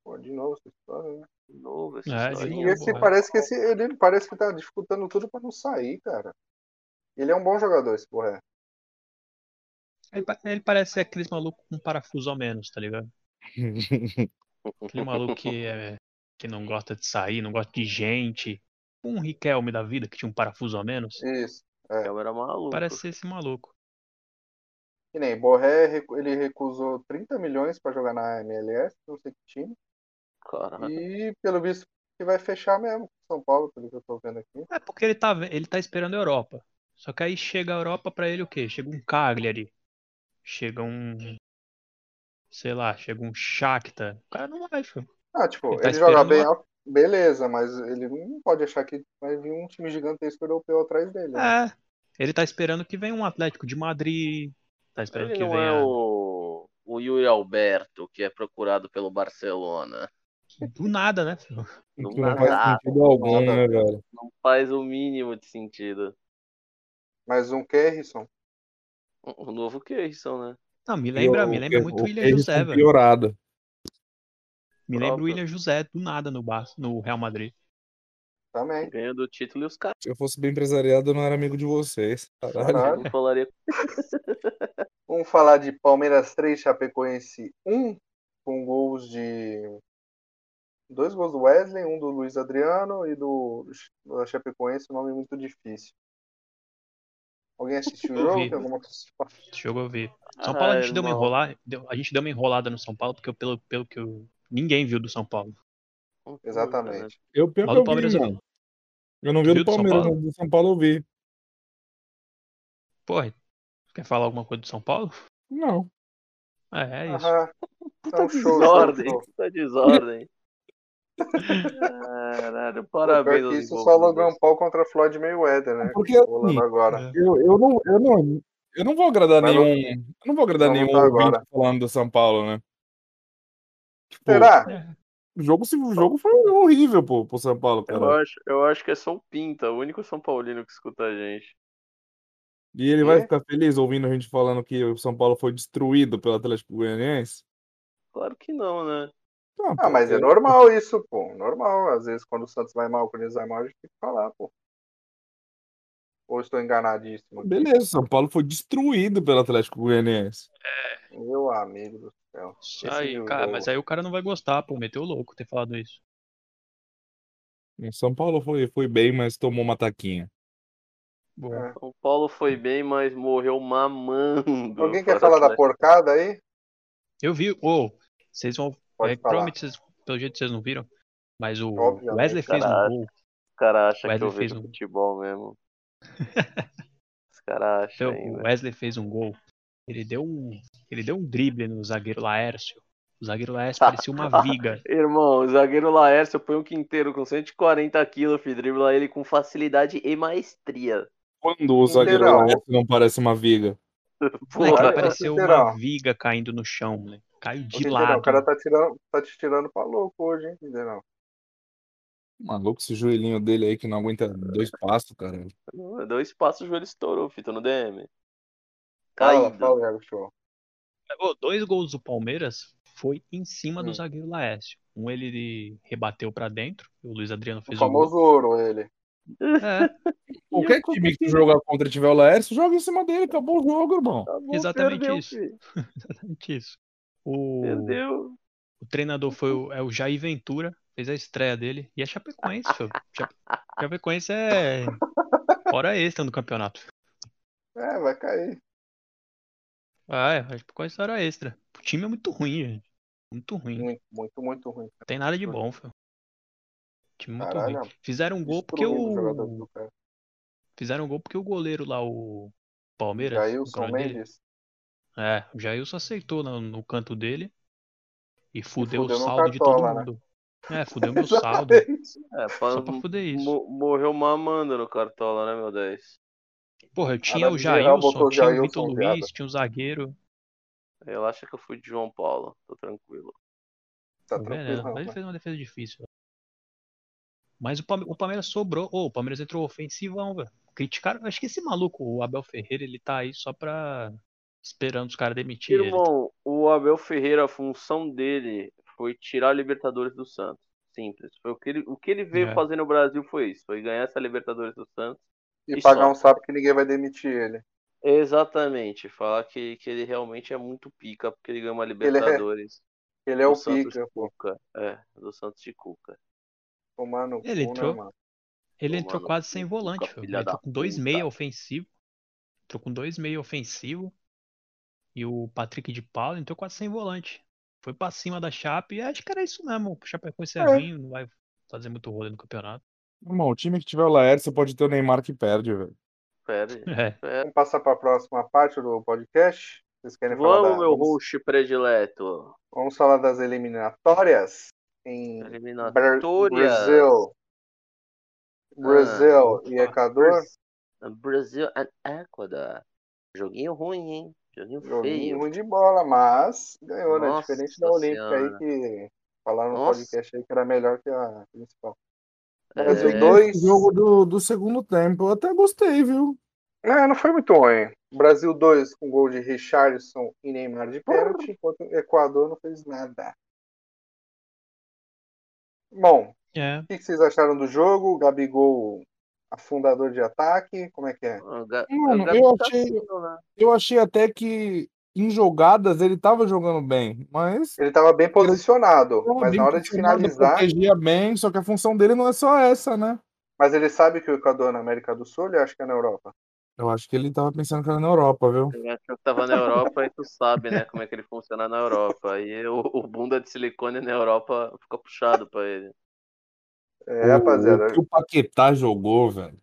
B: pô, de novo essa história, né?
C: de novo essa
E: É, de
C: historinha.
B: E
E: novo,
B: esse
E: Borré.
B: parece que esse, ele parece que tá dificultando tudo pra não sair, cara. Ele é um bom jogador, esse porra.
E: Ele, pa- ele parece ser aquele maluco com um parafuso a menos, tá
C: (laughs)
E: ligado? Aquele maluco que, é, que não gosta de sair, não gosta de gente. tipo um Riquelme da vida, que tinha um parafuso a menos.
B: Isso.
C: Eu era maluco.
E: Parece ser esse maluco.
B: Que nem Borré, recu- ele recusou 30 milhões pra jogar na MLS, não sei que time.
C: Caralho.
B: E pelo visto que vai fechar mesmo São Paulo, pelo que eu tô vendo aqui.
E: É porque ele tá, ve- ele tá esperando a Europa. Só que aí chega a Europa pra ele o quê? Chega um Cagliari. Chega um. Sei lá, chega um Shakhtar. O cara não vai, filho.
B: Ah, tipo,
E: Ele
B: ele,
E: tá
B: joga
E: esperando
B: bem
E: uma-
B: alto, beleza, mas ele não pode achar que vai vir um time gigantesco europeu atrás dele. né?
E: É. Ele tá esperando que venha um Atlético de Madrid. Tá esperando
C: Ele
E: que
C: não
E: venha.
C: é o, o Yuri Alberto, que é procurado pelo Barcelona.
E: Do nada, né, filho?
C: Não
D: que não
C: dá
D: faz
C: nada,
D: sentido algum,
B: Ah, nada.
D: né, velho?
C: Não faz o mínimo de sentido.
B: Mas um Kerrison,
C: O novo Keirson, né?
E: Não, me lembra,
D: E o-
E: me lembra
D: o-
E: muito
D: o
E: o William
D: Keirson
E: José, velho.
D: piorado.
E: Me lembra o
C: Próprio.
E: William José do nada no, Bar... no Real Madrid.
B: também.
C: Ganhou do título e os caras
D: Se eu fosse bem empresariado, eu não era amigo de vocês. Caralho.
B: Caralho.
C: não falariam.
B: Vamos falar de Palmeiras 3, Chapecoense 1, com gols de. Dois gols do Wesley, um do Luiz Adriano e do da Chapecoense, um nome muito difícil. Alguém assistiu o
E: Eu
B: jogo?
E: vi.
B: Tem alguma coisa pra
E: Deixa eu ver. São Paulo a gente
C: Ah,
E: deu uma
C: irmão.
E: enrolada, deu- a gente deu uma enrolada no São Paulo porque eu- pelo pelo que eu, ninguém viu do São Paulo.
B: Exatamente.
C: né?
D: Eu pior
E: Mas do
D: que eu vi,
E: Palmeiras eu
D: mano.
E: não.
D: Eu não
E: Tu
D: vi
E: viu
D: do
E: do São
D: Palmeiras,
E: Paulo?
D: não. Do São Paulo eu vi.
E: Porra, quer falar alguma coisa do São Paulo?
D: Não.
E: É, é isso.
B: Aham. Então, show, show,
C: Desordem,
B: show.
C: puta
B: (laughs)
C: desordem. Caralho,
B: Pô,
C: parabéns
B: pior
C: aos
B: que isso só é
C: envolvidos.
B: Logan Paul contra Floyd Mayweather, né?
D: Porque,
B: Que tá rolando agora.
E: É.
D: Eu, eu, não, eu, não, eu não vou agradar
B: Mas
D: nenhum. Eu não vou agradar
B: não, não
D: nenhum
B: tá
D: ouvinte
B: agora.
D: falando do São Paulo, né? Tipo,
B: Será?
E: É.
D: o jogo, se- o jogo foi horrível pro, pro São
B: É
D: Paulo,
C: Eu
D: cara.
C: acho, eu acho que é só um Pinta, o único São Paulino que escuta a gente.
D: E ele vai
B: Quê?
D: ficar feliz ouvindo a gente falando que o São Paulo foi destruído pelo Atlético Goianiense?
C: Claro que não, né?
B: Ah, mas é
D: pô,
B: normal isso, pô. Normal. Às vezes, quando o Santos vai mal, quando eles vai mal, a gente tem que falar, pô. Ou estou enganadíssimo aqui.
D: Beleza, o São Paulo foi destruído pelo Atlético Goianiense.
B: Meu amigo do céu.
E: Isso
B: Esse
E: Aí,
B: jogo-
E: cara, mas aí o cara não vai gostar, pô, meteu louco ter falado isso.
D: O São Paulo foi, foi bem, mas tomou uma taquinha.
E: Boa.
B: É.
C: São Paulo foi bem, mas morreu mamando.
B: Alguém
C: (laughs) para
B: quer falar da
C: Atlético.
B: porcada aí?
E: Eu vi, ô, vocês vão,
B: Pode
E: é,
B: falar.
E: provavelmente vocês, pelo jeito vocês não viram, mas o
B: Obviamente,
E: Wesley fez um
C: caralho.
E: gol.
C: Os caras acham que
E: Wesley
C: eu
E: fez
C: vejo
E: um- (laughs)
C: futebol mesmo. Os caras acham
E: Então,
C: ainda.
B: né?
E: o Wesley fez um gol. Ele deu um, ele deu um drible no zagueiro Laércio. O zagueiro Laércio
B: Tá.
E: parecia uma
B: (laughs)
E: viga.
C: Irmão, o zagueiro Laércio põe um quinteiro com 140 quilos, fi, dribla ele com facilidade e maestria.
D: Quando o zagueiro
B: Lateral.
D: Laércio não parece uma viga.
E: Moleque,
C: Porra,
B: ô,
E: pareceu
B: Quinteirão.
E: uma viga caindo no chão, moleque. Caiu
B: Ô,
E: de
B: Quinteirão,
E: lado.
B: o cara tá, tirando, tá te tirando pra louco hoje, hein, Quinteirão?
D: Maluco, esse joelhinho dele aí que não aguenta dois passos, cara.
C: (laughs) deu espaço, o joelho estourou, fita no DM.
B: Fala,
C: Caído.
B: fala, Iago Show.
E: Ô, dois gols do Palmeiras foi em cima do
B: Hum.
E: zagueiro Laércio. Um ele rebateu pra dentro, o Luiz Adriano
B: O
E: fez o gol.
B: famoso ouro, ele.
E: É,
D: Qualquer time que tu jogar contra e tiver o Laércio, joga em cima dele, acabou o jogo, irmão.
C: Acabou,
E: Exatamente
C: perdeu,
E: isso.
C: fi.
E: exatamente isso. O,
C: Perdeu.
E: o treinador foi o, é o Jair Ventura, fez a estreia dele. E é Chapecoense, filho. Chape- Chapecoense é hora extra no campeonato.
B: É, vai cair.
E: Ah, é, acho que ficou essa hora extra. O time é muito ruim, gente. Muito ruim. Não
B: Muito, muito, muito ruim.
E: tem nada de bom, filho. Time é muito
B: Caralho,
E: ruim. Fizeram um gol porque
B: destruindo o jogador
E: o.
B: do cara.
E: Fizeram um gol porque o goleiro lá, o Palmeiras.
B: Jailson
E: o dele,
B: Mendes.
E: é, o Jailson aceitou no, no canto dele e fudeu,
B: fudeu
E: o
B: no
E: saldo de todo
B: Cartola, né?
E: mundo. É, fudeu
B: (laughs)
E: meu saldo.
B: Exatamente.
C: É,
E: Só pra fuder isso.
C: mo- morreu mamando no Cartola, né, meu 10?
E: Porra, eu tinha o
B: Arame Geral
E: Jailson,
B: botou o
E: tinha o
B: Jailson,
E: Vitor Luiz,
B: viado.
E: tinha o zagueiro.
C: Relaxa que eu fui de João Paulo, tô tranquilo.
B: Tá
E: o Veneno.
B: tranquilo,
E: né? Mas ele
B: rapaz.
E: fez uma defesa difícil. Mas o, Palme- o Palmeiras sobrou. Ô, o Palmeiras entrou ofensivão, velho. Criticaram. Acho que esse maluco, o Abel Ferreira, ele tá aí só pra. Esperando os caras demitir ele.
C: Irmão, o Abel Ferreira, a função dele foi tirar a Libertadores do Santos. Simples. Foi o que ele, o que ele veio
E: É.
C: fazer no Brasil foi isso, foi ganhar essa Libertadores do Santos.
B: E
C: E
B: pagar
C: só.
B: um sapo que ninguém vai demitir ele.
C: Exatamente, falar que, que ele realmente é muito pica porque ele ganha uma
B: é-
C: Libertadores
B: Ele é o
C: do Santos
B: pica,
C: de
B: pô.
C: Cuca. É, do Santos de Cuca.
B: Tomar no
E: Ele
B: cu, né,
E: entrou.
B: mano?
E: Ele
C: Pô,
E: entrou
C: mano,
E: quase sem volante,
C: puta,
E: filho.
C: filha
E: Ele entrou
C: da
E: com dois
C: puta.
E: meia ofensivo. Entrou com dois meia ofensivo. E o Patrick de Paulo entrou quase sem volante. Foi pra cima da Chape. e Acho que era isso mesmo. O Chapecoense é ruim, não vai fazer muito rolê no campeonato. (laughs)
D: Irmão, o time que tiver o Laércio pode ter o Neymar que perde, velho.
C: Pera,
E: É.
C: pera.
B: Vamos passar para a próxima parte do podcast. Vocês querem falar
C: Vamos,
B: da-
C: meu
B: vamos-
C: host predileto.
B: Vamos falar das eliminatórias em Bra-
C: Eliminatória.
B: Brasil,
C: Ah,
B: Brasil e Equador.
C: Brasil and Ecuador. Joguinho ruim, hein? Joguinho feio.
B: Joguinho ruim de bola, mas ganhou, né?
C: Nossa
B: Diferente da Olímpica
C: Senhora.
B: aí que falaram no
C: Nossa.
B: podcast aí que era melhor que a principal.
C: É,
B: Brasil
D: Esse
B: dois.
D: jogo do, do segundo tempo, eu até gostei, viu?
B: É, não foi muito ruim. Brasil 2 com gol de Richardson e Neymar de pênalti, enquanto o Equador não fez nada. Bom,
E: É.
B: o que vocês acharam do jogo? Gabigol, afundador de ataque, como é que é?
C: o Ga-
D: Mano,
C: o Gabi
D: Hum, eu
C: tá
D: achei-
C: assim, né?
D: Eu achei até que em jogadas ele tava jogando bem, mas.
B: Ele estava bem posicionado,
D: tava
B: mas
D: bem
B: na hora de
D: posicionado,
B: finalizar,
D: Protegia bem, só que a função dele não é só essa, né?
B: mas ele sabe que o Equador é na América do Sul, ele acha que é na Europa.
D: Eu acho que ele tava pensando que era na Europa, viu?
C: Ele achou que tava na Europa e tu sabe, né, como é que ele funciona na Europa. E o, o bunda de silicone na Europa fica puxado pra ele.
B: É, rapaziada,
D: O que o Paquetá jogou, velho.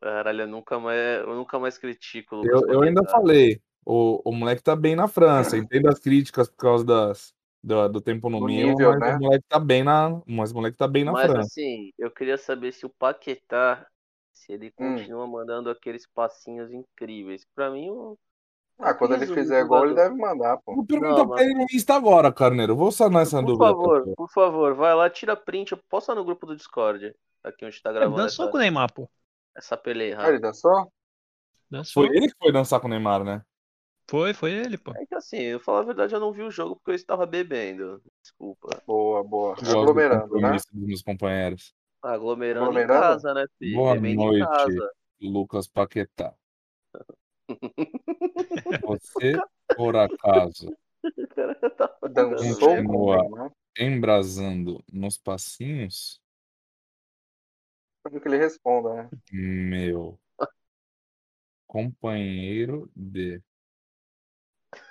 C: Caralho, eu nunca mais, eu nunca mais critico o Lucas
D: Eu, eu ainda
C: Paquetá.
D: falei, o, o moleque tá bem na França. Entendo as críticas por causa das, do, do tempo no
B: Do
D: Milan,
B: nível,
D: mas
B: né?
D: o moleque tá bem na, mas o moleque tá bem na
C: Mas
D: França.
C: assim, eu queria saber se o Paquetá, se ele
B: Hum.
C: continua mandando aqueles passinhos incríveis. Pra mim, o-
B: ah, quando ele
C: Resumo,
B: fizer gol, ele
C: jogador.
B: deve mandar, pô.
D: Vou perguntar
C: Não,
D: pra ele no Insta agora, Carneiro. Eu Vou sanar essa
C: por
D: dúvida.
C: favor,
D: pô.
C: por favor, vai lá, tira print, posta no grupo do Discord, aqui onde tá
E: é
C: gravando
E: dançou
C: essa,
E: com o Neymar, pô.
C: essa peleia.
B: Ah, ele dançou?
E: Dançou.
D: Foi ele que foi dançar com o Neymar, né?
E: Foi, foi ele, pô.
C: É que assim, eu falar a verdade, eu não vi o jogo porque eu estava bebendo. Desculpa.
B: Boa, boa.
D: Eu gosto do
B: Tá Aglomerando, né?
D: compromisso Dos meus companheiros.
C: Tá Aglomerando,
B: Aglomerando?
C: em casa, né, filho?
D: Boa
C: Bebendo
D: noite.
C: em casa. (laughs)
D: Lucas Paquetá. Você, por acaso,
C: O cara tá
D: um
C: falando,
B: Dançou né?
C: velho.
B: com o
D: Continua.
B: Neymar.
D: embrasando nos passinhos?
B: Espero que ele responda, né?
D: Meu companheiro de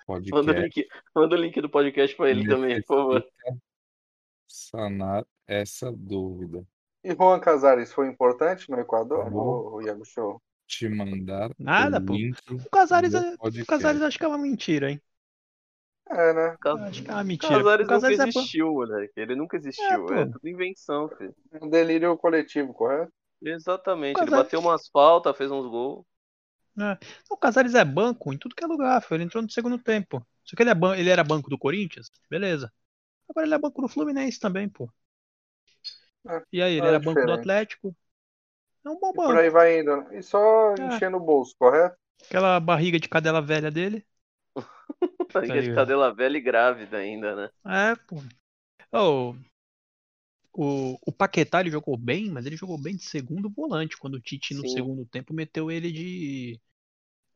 C: Manda o,
D: podcast
C: link, manda o link do podcast pra ele também, por favor.
D: necessita sanar essa dúvida.
B: E Juan Casares foi importante no Equador,
D: Bom.
B: o Iago Show?
D: Te mandar
E: Nada,
D: o
E: pô.
D: link
E: O Casares,
D: do
E: é- o
D: podcast.
E: Casares acho que é uma mentira, hein?
B: É, né?
E: Acho que é uma mentira.
B: um
E: o
C: Casares nunca
E: Casares é pô.
C: existiu, moleque. Ele nunca existiu.
E: pô.
C: É, tudo invenção, filho.
B: Um delírio coletivo, correto?
C: Exatamente.
E: O
C: Ele
E: Casares-
C: bateu umas faltas, fez uns gols. (laughs)
E: O Casares é banco em tudo que é lugar, filho. Ele entrou no segundo tempo. Só que ele, é ban- ele era banco do Corinthians, beleza. Agora ele é banco do Fluminense também, pô.
B: É,
E: E aí, ele
B: é
E: era banco do
B: diferente.
E: Atlético. É um bom
B: E por
E: banco.
B: aí vai indo, né? E
D: É.
B: só enchendo o bolso, correto?
E: Aquela barriga de cadela velha dele.
C: Barriga de
E: ligado.
C: cadela velha e grávida ainda, né?
E: É, pô. Ô, o, o Paquetá ele jogou bem, mas ele jogou bem de segundo volante. Quando o Tite, no
C: Sim.
E: segundo tempo, meteu ele de.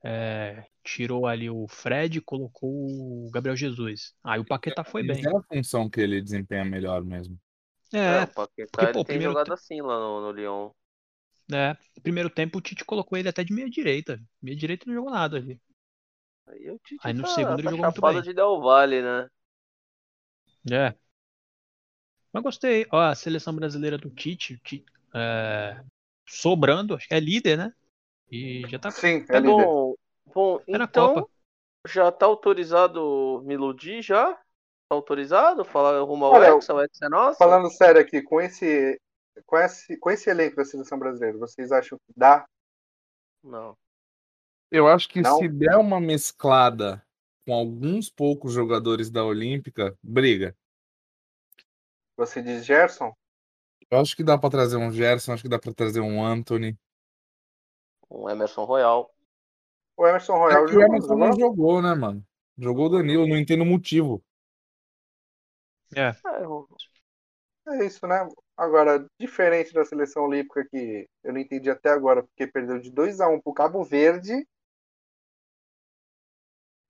E: é, tirou ali o Fred e colocou o Gabriel Jesus. Aí o Paquetá foi
D: Mas
E: bem.
D: é a função que ele desempenha melhor mesmo.
E: É,
C: o Paquetá
E: porque,
C: ele
E: pô, o
C: tem
E: primeiro
C: jogado assim lá no, no Lyon.
E: né? No primeiro tempo, o Tite colocou ele até de meia direita. Meia direita não jogou nada ali.
C: Aí o Tite
E: Aí no
C: tá,
E: segundo ele
C: tá
E: jogou muito
C: chapado
E: bem.
C: de Del Valle, né?
E: É. Mas gostei. Ó, a seleção brasileira do Tite, o Tite, é, sobrando, acho que é líder, né? E já tá.
B: Sim, é
E: Tá
B: líder.
C: Bom, bom
E: É na
C: então
E: Copa.
C: já tá autorizado me iludir já? Tá autorizado? Falar rumo ao
B: Olha,
C: Hexa, o Hexa é nosso?
B: Falando sério aqui, com esse, com esse, com esse elenco da seleção brasileira, vocês acham que dá?
C: Não.
D: Eu acho que
B: Não?
D: se der uma mesclada com alguns poucos jogadores da Olímpica, briga.
B: Você diz Gerson?
D: Eu acho que dá pra trazer um Gerson, acho que dá pra trazer um Anthony.
C: Um Emerson Royal.
B: O Emerson
D: É
B: Royal
D: que o
B: jogou,
D: Emerson
B: jogou?
D: não jogou, né, mano? Jogou o Danilo, não entendo o motivo.
E: É.
C: É, eu-
B: É isso, né? Agora, diferente da seleção olímpica que eu não entendi até agora, porque perdeu de 2 a 1 pro Cabo Verde.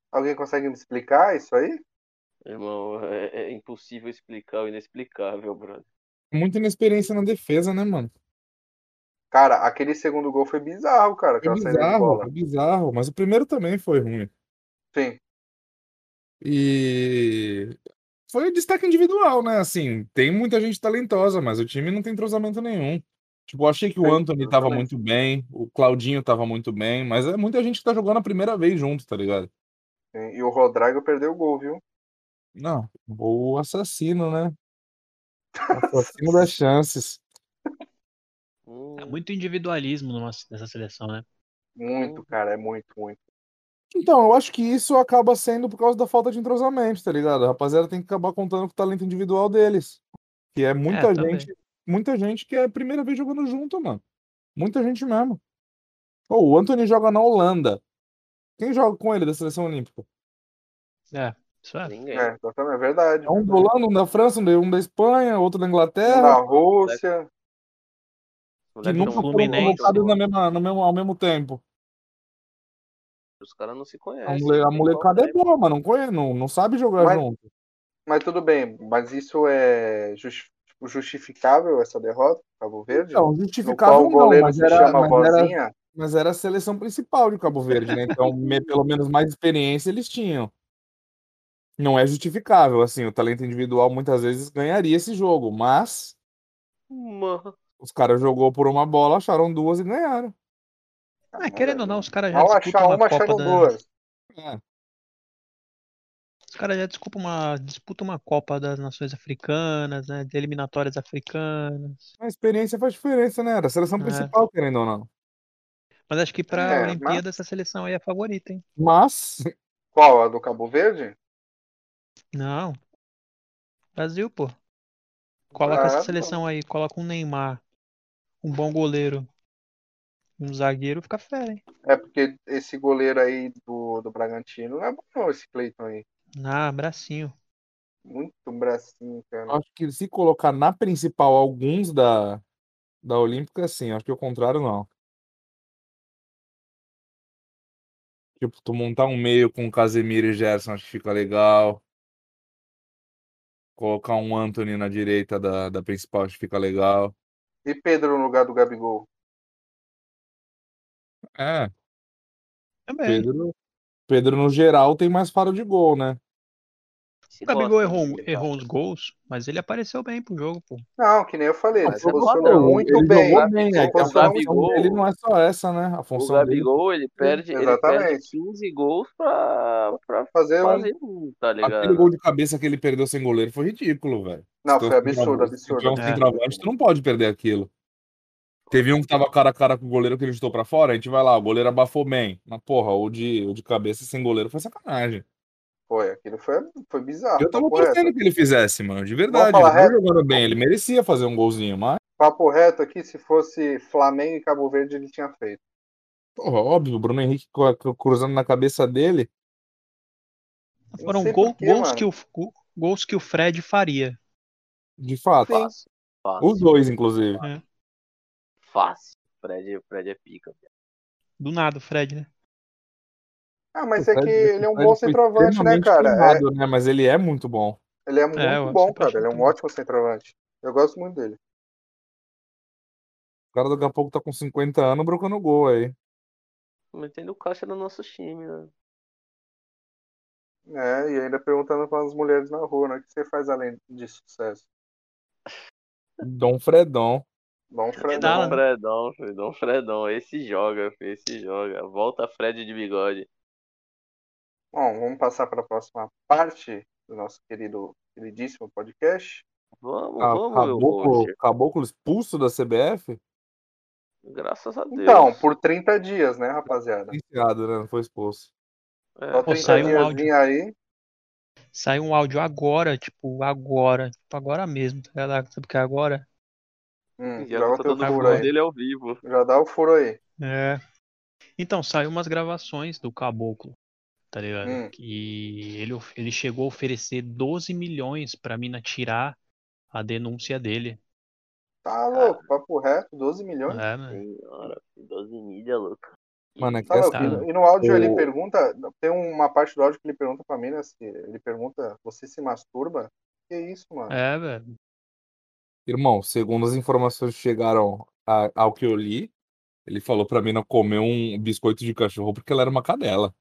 B: Alguém consegue me explicar isso aí?
C: irmão, é, é impossível explicar o inexplicável, brother.
D: Muita inexperiência na defesa, né, mano?
B: Cara, aquele segundo gol foi bizarro, cara.
D: Foi
B: Aquela saída de
D: bizarro,
B: Tá bola.
D: foi bizarro. Mas o primeiro também foi ruim.
B: Sim.
D: E foi destaque individual, né? Assim, tem muita gente talentosa, mas o time não tem entrosamento nenhum. Tipo, eu achei que o
B: Sim,
D: Anthony tava
B: exatamente.
D: muito bem, o Claudinho tava muito bem, mas é muita gente que tá jogando a primeira vez junto, tá ligado?
B: sim. E o Rodrigo perdeu o gol, viu?
D: Não, o
B: (laughs)
D: assassino, né? Assassino das chances.
C: Hum,
E: É muito individualismo no nosso- nessa seleção, né?
B: Muito, cara. É muito, muito.
D: Então, eu acho que isso acaba sendo por causa da falta de entrosamento, tá ligado? A rapaziada tem que acabar contando com o talento individual deles. Que é muita
E: É, também.
D: gente, muita gente que é a primeira vez jogando junto, mano. Muita gente mesmo. Pô, o Anthony joga na Holanda. Quem joga com ele da seleção olímpica?
E: É, isso é.
C: Ninguém.
B: É, exatamente. É verdade.
D: É um da Holanda, um da França, um da, um da Espanha, outro da
B: Um da
D: Inglaterra,
B: Rússia.
D: que
C: Moleque
D: nunca
C: tão
D: foram
E: Fluminense,
D: convocados
C: mano.
D: na mesma, no mesmo, ao mesmo tempo.
C: Os caras não se
E: É,
D: A,
C: conhecem.
D: mole, a
C: não tem
D: molecada é
C: qual
D: boa, mano. Não, conhe- não, não sabe jogar
B: Mas-
D: junto.
B: Mas tudo bem. Mas isso é justi- tipo, justificável, essa derrota? Cabo Verde?
D: Então,
B: No qual
D: justificável
B: o
D: não,
B: goleiro
D: mas
B: se
D: era,
B: chama
D: mas era
B: Vozinha.
D: Mas era a seleção principal de Cabo Verde, né? Então, me- pelo menos mais experiência eles tinham. Não é justificável, assim, o talento individual muitas vezes ganharia esse jogo, mas
C: Mano.
D: os caras jogou por uma bola, acharam duas e ganharam.
E: Ah, querendo ou não, os caras já
B: Mal achar
E: disputam
B: é uma,
E: uma Copa
B: acharam
E: da.
B: duas.
D: É,
E: Os caras já disputam uma, disputam uma Copa das Nações Africanas, né? De eliminatórias africanas.
D: a experiência faz diferença, né? Era a seleção
E: É.
D: principal, querendo ou não.
E: Mas acho que pra
B: É,
E: Olimpíada essa seleção aí é a favorita, hein?
D: Mas,
B: Qual? A do Cabo Verde?
E: Não. Brasil, pô. Coloca
B: Ah,
E: essa
B: tá.
E: seleção aí, coloca um Neymar, um bom goleiro, um zagueiro, fica fera, hein?
B: É porque esse goleiro aí do, do Bragantino não é bom, não, esse Cleiton aí.
E: Ah, bracinho.
B: Muito um bracinho, cara.
D: acho que se colocar na principal alguns da, da Olímpica, sim. Acho que o contrário, não. Tipo, tu montar um meio com Casemiro e Gerson, acho que fica legal. Colocar um Anthony na direita da, da principal, acho que fica legal.
B: E Pedro no lugar do Gabigol?
D: É,
E: Também.
D: Pedro, Pedro no geral tem mais faro de gol, né?
C: se
E: O Gabigol
C: gosta,
E: errou, um,
C: né?
E: errou uns gols, mas ele apareceu bem pro jogo, pô.
B: Não, que nem eu falei, ele
C: Mas
B: se
C: é bom,
B: posiciona muito
D: ele
B: bem.
D: jogou bem,
B: se
D: é que a
B: posiciona
D: função
B: muito
C: Gabigol-
D: dele não é só essa, né? A
C: O
D: função dele
C: Gabigol, ele perde, ele perde
B: Exatamente.
C: 15 gols pra, pra
B: fazer um.
C: fazer um, tá
D: Aquele gol
C: ligado?
D: de cabeça que ele perdeu sem goleiro foi ridículo, velho.
B: Não,
D: Se tu
B: Ah, foi
D: é um centroavante-
B: absurdo,
D: se tu é um
B: absurdo.
E: É.
D: centroavante, tu não pode perder aquilo. Teve um que tava cara a cara com o goleiro que ele chutou pra fora, a gente vai lá, o goleiro abafou bem. Mas, porra, o de, o de cabeça sem goleiro foi sacanagem.
B: (laughs) Foi, aquilo foi, foi bizarro.
D: Eu tava
B: papo reto.
D: torcendo que ele fizesse, mano, de verdade.
B: falar
D: Ele tava
B: reto?
D: jogando bem, ele merecia fazer um golzinho, mas,
B: Papo reto aqui, se fosse Flamengo e Cabo Verde, ele tinha feito.
D: porra, óbvio, o Bruno Henrique co- co- cruzando na cabeça dele.
B: Não
E: Foram
B: sei
E: gol-
B: por quê,
E: gols,
B: mano.
E: que o, go- gols que o Fred faria.
D: De fato.
C: Fácil, fácil,
D: Os dois, inclusive.
C: fácil. Fred, Fred é pica.
E: Do nada, o Fred, né?
B: Ah, mas
D: O
B: é que
D: Fred-
B: ele é
D: o
B: um
D: Fred
B: bom
D: foi
B: centroavante, né,
D: extremamente
B: cara? É,
D: queimado, né? Mas ele é muito bom.
B: Ele é
E: eu
B: muito
E: acho
B: bom,
E: que
B: cara.
E: acho
B: Ele é um
E: muito bom.
B: ótimo centroavante. Eu gosto muito dele.
D: O cara daqui a pouco tá com 50 anos brocando gol aí.
C: Metendo caixa no nosso time, né?
B: É, e ainda perguntando para as mulheres na rua, né? O que você faz além de sucesso?
D: Dom Fredon.
B: Bom
E: dá,
C: Dom
B: Fredão.
E: né?
C: Fredão, filho, Dom Fredão. Esse joga, filho, esse joga. Volta Fred de bigode.
B: Bom, vamos passar para a próxima parte do nosso querido, queridíssimo podcast.
C: Vamos,
D: A-
C: vamos, meu
D: Caboclo,
C: coach.
D: caboclo expulso da CBF.
C: Graças a Deus.
B: Então, por 30 dias, né,
C: Tá.
B: rapaziada?
D: Licenciado, né? Não foi expulso.
B: Só
C: É,
E: É. Pô,
B: 30
E: saiu um
B: dias
E: áudio.
B: aí.
E: Saiu um áudio agora, tipo, agora. Tipo, agora mesmo, tá ligado? Sabe o que é agora?
B: Hum,
C: já
B: joga
C: tá
B: teu
E: furo
B: furo
C: dando o furo
E: agora.
B: aí.
C: dele ao vivo.
B: Já dá o furo aí.
E: É. Então, saiu umas gravações do Caboclo, tá ligado?
B: Hum.
E: E ele, of- ele chegou a oferecer 12 milhões pra mina tirar a denúncia dele.
B: Tá louco, papo reto, 12 milhões.
E: É, mano.
C: Senhora, filho, 12 milha, louco.
D: Mano, é que
B: Tá louco.
D: assim,
E: Cara.
B: E, e no áudio ele
D: o-
B: pergunta, tem uma parte do áudio que ele pergunta pra mim, né? se- Ele pergunta, você se masturba? Que isso, mano?
E: É, velho.
D: irmão, segundo as informações que chegaram a- ao que eu li, ele falou pra mim não comer um biscoito de cachorro porque ela era uma cadela.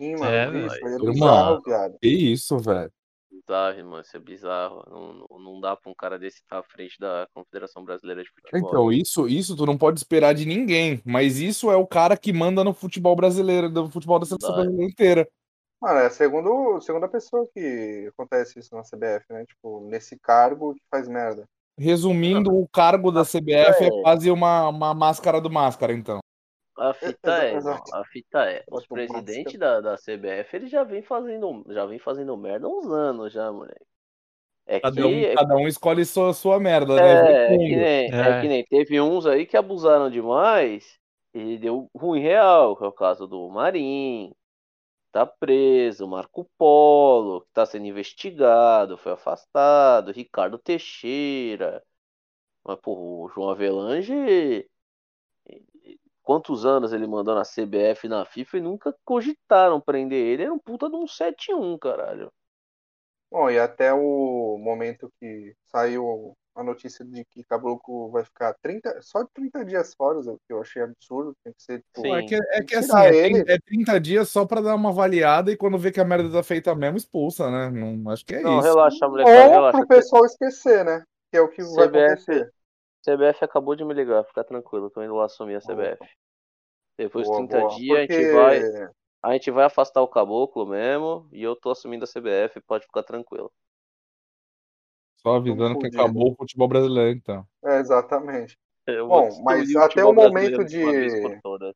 B: Sim, mano.
E: É,
B: isso,
E: velho.
B: é
D: Irmão.
B: bizarro, viado.
D: Que isso, velho.
C: Bizarro, irmão. Isso é bizarro. Não, não, não dá pra um cara desse estar à frente da Confederação Brasileira de Futebol.
D: Então, isso, isso tu não pode esperar de ninguém, mas isso é o cara que manda no futebol brasileiro, no futebol da seleção
C: Verdade.
D: brasileira inteira.
B: Mano, é a segundo, segunda pessoa que acontece isso na CBF, né? Tipo, nesse cargo que faz merda.
D: Resumindo, o cargo da CBF é quase uma, uma máscara do máscara, então.
C: A fita é,
B: Exato.
C: irmão, a fita é. Os
B: Automática.
C: presidentes da, da CBF, eles já vem fazendo, já vem fazendo merda há uns anos já, moleque. É que,
D: Cada um,
C: é,
D: cada um escolhe sua, sua merda, né?
C: é, é
D: Vem
C: que
D: fundo.
C: nem, é
E: É.
C: que nem teve uns aí que abusaram demais e deu ruim real, que é o caso do Marim, tá preso, Marco Polo, que tá sendo investigado, foi afastado, Ricardo Teixeira. Mas, porra, o João Avelange quantos anos ele mandou na CBF e na FIFA e nunca cogitaram prender ele. Era um puta de um 7-1, caralho.
B: Bom, e até o momento que saiu a notícia de que Caboclo vai ficar 30, só 30 dias fora, o que eu achei absurdo, tem que ser, tipo,
C: Sim.
D: É que, é que,
B: Tirar
D: assim, é
B: ele.
D: 30, é 30 dias só pra dar uma avaliada e quando vê que a merda tá feita mesmo, expulsa, né? Não, acho que é
C: Não,
D: isso.
C: relaxa, molecada,
B: ou pro
C: relaxa.
B: pessoal esquecer, né? Que é o que vai
C: CBF.
B: acontecer.
C: CBF acabou de me ligar, fica tranquilo, tô indo lá assumir a CBF. Depois de
B: Boa,
C: 30
B: boa.
C: dias, a, gente
B: Porque-
C: vai, a gente vai afastar o caboclo mesmo e eu tô assumindo a CBF, pode ficar tranquilo.
D: Só avisando que
B: fudido.
D: acabou o futebol brasileiro, então.
B: É, exatamente.
C: Eu
B: Bom,
C: vou destruir
B: mas
C: futebol
B: até o
C: brasileiro
B: momento
C: de uma
B: de-
C: vez por todas.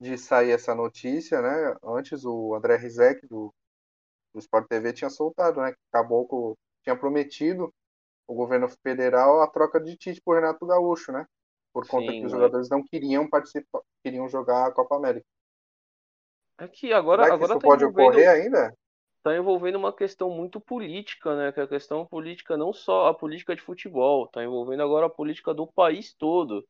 B: De sair essa notícia, né? Antes o André Rizek do, do Sport TV tinha soltado, né? Que Caboclo tinha prometido o governo federal a troca de Tite por Renato Gaúcho, né? Por conta
C: Sim,
B: que os
C: né?
B: jogadores não queriam participar, queriam jogar a Copa América.
C: É que agora,
B: Será que
C: agora
B: isso
C: tá
B: pode
C: envolvendo
B: ocorrer ainda?
C: tá envolvendo uma questão muito política, né? Que é a questão política não só a política de futebol, tá envolvendo agora a política do país todo,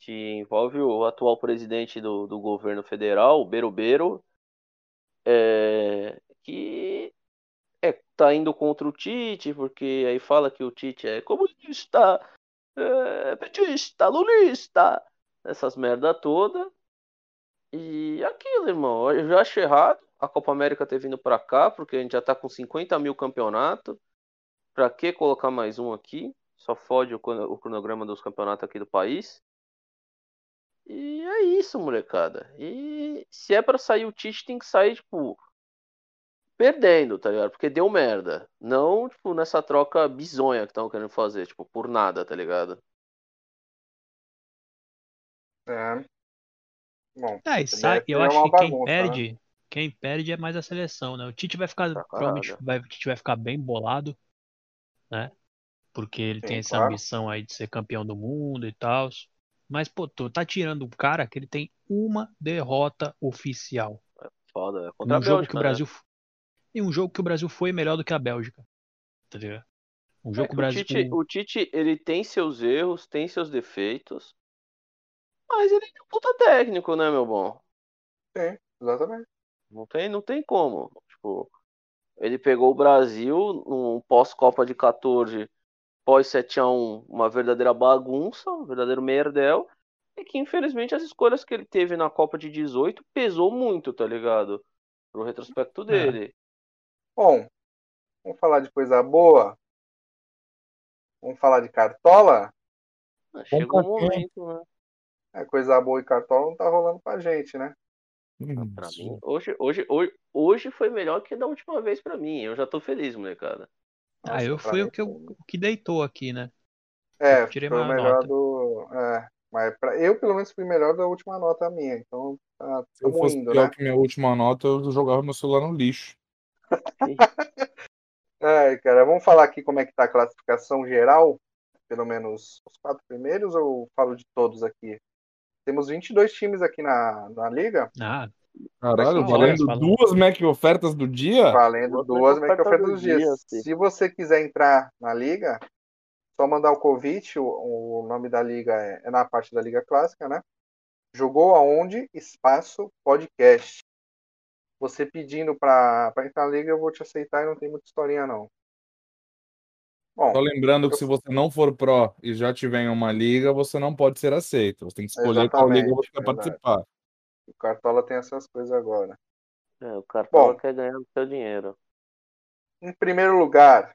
C: que envolve o atual presidente do, do governo federal, o Berobeiro, é, que é, tá indo contra o Tite, porque aí fala que o Tite é comunista, é, petista, lulista, essas merda toda. E aquilo, irmão, eu já acho errado a Copa América ter vindo pra cá, porque a gente já tá com 50 mil campeonato. Pra que colocar mais um aqui? Só fode o crono- o cronograma dos campeonatos aqui do país. E é isso, molecada. E se é pra sair o Tite, tem que sair, tipo, perdendo, tá ligado? Porque deu merda. Não, tipo, nessa troca bizonha que estão querendo fazer, tipo, por nada, tá ligado?
B: É. Bom,
E: É, e sai-
B: CBF
E: eu
B: é
E: acho
B: uma
E: que quem
B: bagunça,
E: perde, quem perde é mais a seleção, né? O Tite vai ficar,
B: Tá
C: Pra
E: provavelmente
C: caralho.
E: vai, o Tite vai ficar bem bolado, né? Porque ele
B: Sim,
E: tem essa
B: claro.
E: ambição aí de ser campeão do mundo e tal. Mas, pô, tu tá tirando um cara que ele tem uma derrota oficial.
C: Foda, é
E: Em
C: contra
E: um
C: a
E: jogo que o
C: Bélgica, né?
E: Brasil. f- Em um jogo que o Brasil foi melhor do que a Bélgica. Tá ligado? Um
B: É,
E: jogo que o
C: É, O
E: Brasil.
C: Tite, o Tite, ele tem seus erros, tem seus defeitos, mas ele é um puta técnico, né, meu bom?
B: Exatamente.
C: Não tem, não tem como. Tipo, ele pegou o Brasil num pós-Copa de 14, pós 7x1, uma verdadeira bagunça, um verdadeiro merdel. E que infelizmente as escolhas que ele teve na Copa de 18 pesou muito, tá ligado? Pro
E: É.
C: retrospecto dele.
B: Bom, vamos falar de coisa boa? Vamos falar de cartola?
C: Ah, Chegou o
D: pra quem?
C: momento, né?
B: É, coisa boa e cartola não tá rolando pra gente, né?
D: Hum,
B: Ah,
C: Pra mim, hoje, hoje, hoje, hoje foi melhor que da última vez pra mim. Eu já tô feliz, molecada.
E: Ah, eu
B: Nossa, pra
E: fui
B: mim
E: o que, eu- o que deitou aqui, né?
B: É,
E: Eu tirei
B: foi o
E: maior
B: melhor
E: nota.
B: do. É, mas pra, eu, pelo menos, fui melhor da última nota minha. Então, tá,
D: Se eu
B: tamo
D: fosse
B: indo,
D: pior
B: né?
D: que minha última nota, eu jogava meu celular no lixo.
B: Ai, cara, vamos falar aqui como é que tá a classificação geral? Pelo menos os quatro primeiros, ou falo de todos aqui? Temos 22 times aqui na, na liga,
E: Ah,
D: Caralho,
E: Fala,
D: valendo
E: fala.
D: duas Mac ofertas do dia?
B: valendo
C: Duas
B: duas
C: Mac
B: meio que ofertas
C: ofertas
B: dos
C: do dia,
B: dias.
C: sim.
B: Se você quiser entrar na liga, só mandar o convite, o, o nome da liga é, é na parte da Liga Clássica, né? Jogou aonde? Espaço Podcast. Você pedindo pra, pra entrar na liga, eu vou te aceitar e não tem muita historinha, não. Bom,
D: Só lembrando que se você não for pró e já tiver em uma liga, você não pode ser aceito. Você tem que escolher qual liga você
B: Exatamente,
D: quer
B: verdade.
D: participar.
B: o Cartola tem essas coisas agora.
C: É, o cartão
B: Bom.
C: quer ganhar o seu dinheiro.
B: Em primeiro lugar,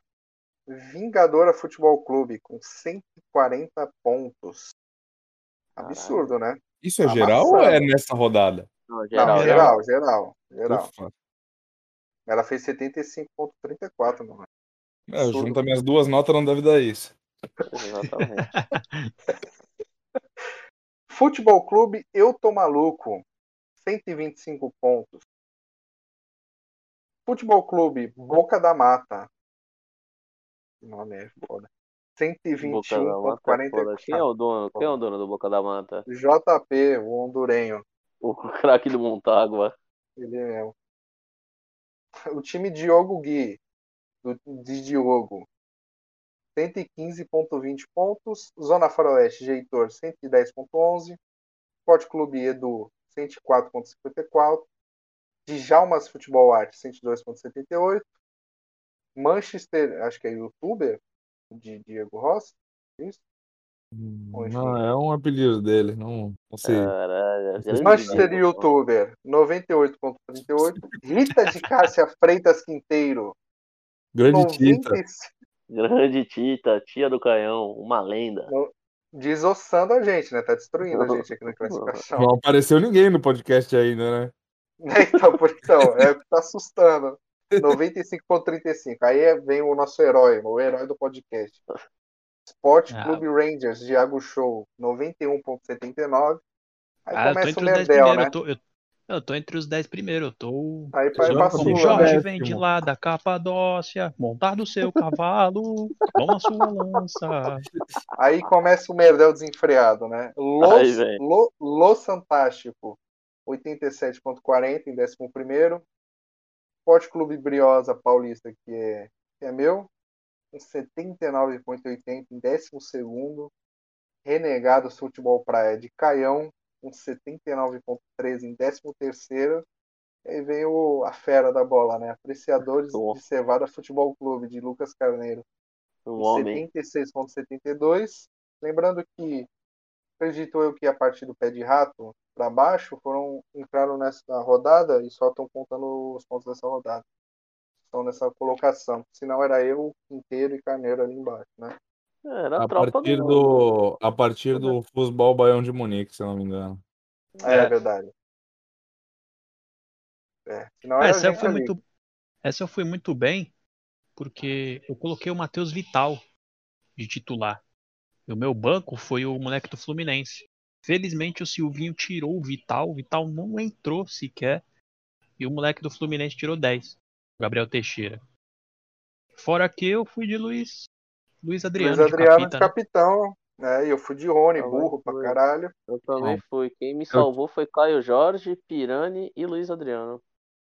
B: Vingadora Futebol Clube com 140 pontos. Absurdo, né?
D: Isso é geral ou é
B: Amassando.
D: nessa rodada?
C: Não, geral, né?
B: Não, (laughs) geral,
C: geral.
B: geral, geral.
D: Ufa.
B: Ela fez 75,34, mano.
D: É,
B: Absurdo.
D: junta minhas duas notas, não deve dar isso.
C: Exatamente.
B: Futebol Clube Eu Tô Maluco, 125 pontos. Futebol Clube Boca da Mata. Esse Nome é foda.
C: Boca da Mata é foda. Quem
B: 121,44.
C: é o dono? Quem é o dono do Boca da Mata?
B: JP, o hondurenho.
C: O (laughs) craque do Montágua.
B: Ele é o- O time Diogo Gui, do, de Diogo, 115,20 pontos. Zona Faroeste, Jeitor, 110,11. Esporte Clube Edu, 104,54. Djalmas Futebol Arte, 102,78. Manchester, acho que é youtuber, de Diego Rossi. é Isso. Poxa. É.
D: Não, é um apelido dele. Não, não sei.
C: Caralho. grande
B: Manchester
C: Diego, mano.
B: Youtuber, 98,38. Rita de Cássia Freitas Quinteiro,
D: Grande Tita.
B: 95.
C: Grande Tita, tia do canhão, uma lenda.
B: Desossando a gente, né? Tá destruindo
E: Uhum.
B: a gente aqui na classificação.
D: Não apareceu ninguém no podcast ainda, né?
B: (laughs) Então, por então, é o que tá assustando. 95.35. Aí é- vem o nosso herói, o herói do podcast. Sport
E: Ah.
B: Clube Rangers, Diago Show, 91.79. Aí
E: Ah, eu tô
B: começa o
E: entre os 10
B: Merdel,
E: primeiros.
B: né?
E: Eu tô, eu, eu tô entre os 10 primeiros. Eu tô.
B: Aí
D: Vai
E: zoando
D: pra
B: passa
E: com o
B: o
D: Fulano.
B: Lula,
E: Jorge
B: né?
E: vem de lá da Capadócia, montar no seu
B: (laughs)
E: cavalo, mão na sua lança.
B: Aí começa o Merdel desenfreado, né? Los,
C: Aí, velho.
B: Lo, Los Fantástico, 87.40 em 11º. Esporte Clube Briosa Paulista, que é, que é meu, com 79,80 em 12º. Renegados Futebol Praia de Caião, com 79,3 em 13º. Aí vem o, a fera da bola, né? Apreciadores
C: Bom.
B: de Cevada Futebol Clube, de Lucas Carneiro
C: Um homem.
B: 76,72. Lembrando que, acredito eu que a parte do pé de rato para baixo foram entraram nessa rodada e só estão contando os pontos dessa rodada. Estão nessa colocação. Senão era eu, Quinteiro e Carneiro ali embaixo, né?
C: É, Era a
D: A
C: tropa
D: partir
C: do. Uhum.
D: do, a partir do Futebol Baião de Munique, se eu não me engano.
B: É,
E: É.
B: verdade. É, senão era a
E: Essa eu,
B: gente
E: fui
B: ali.
E: muito, essa eu fui muito bem, porque eu coloquei o Matheus Vital de titular. E o meu banco foi o moleque do Fluminense. Felizmente o Silvinho tirou o Vital, o Vital não entrou sequer. E o moleque do Fluminense tirou 10, o Gabriel Teixeira. Fora que eu fui de Luiz, Luiz Adriano,
B: Luiz Adriano de
E: de capita, né?
B: capitão. né? E eu fui de Rony,
C: Ah,
B: burro
C: mas
B: pra
C: foi.
B: caralho.
C: Eu também fui. Quem me
D: Eu-
C: salvou foi Caio Jorge, Pirani e Luiz Adriano.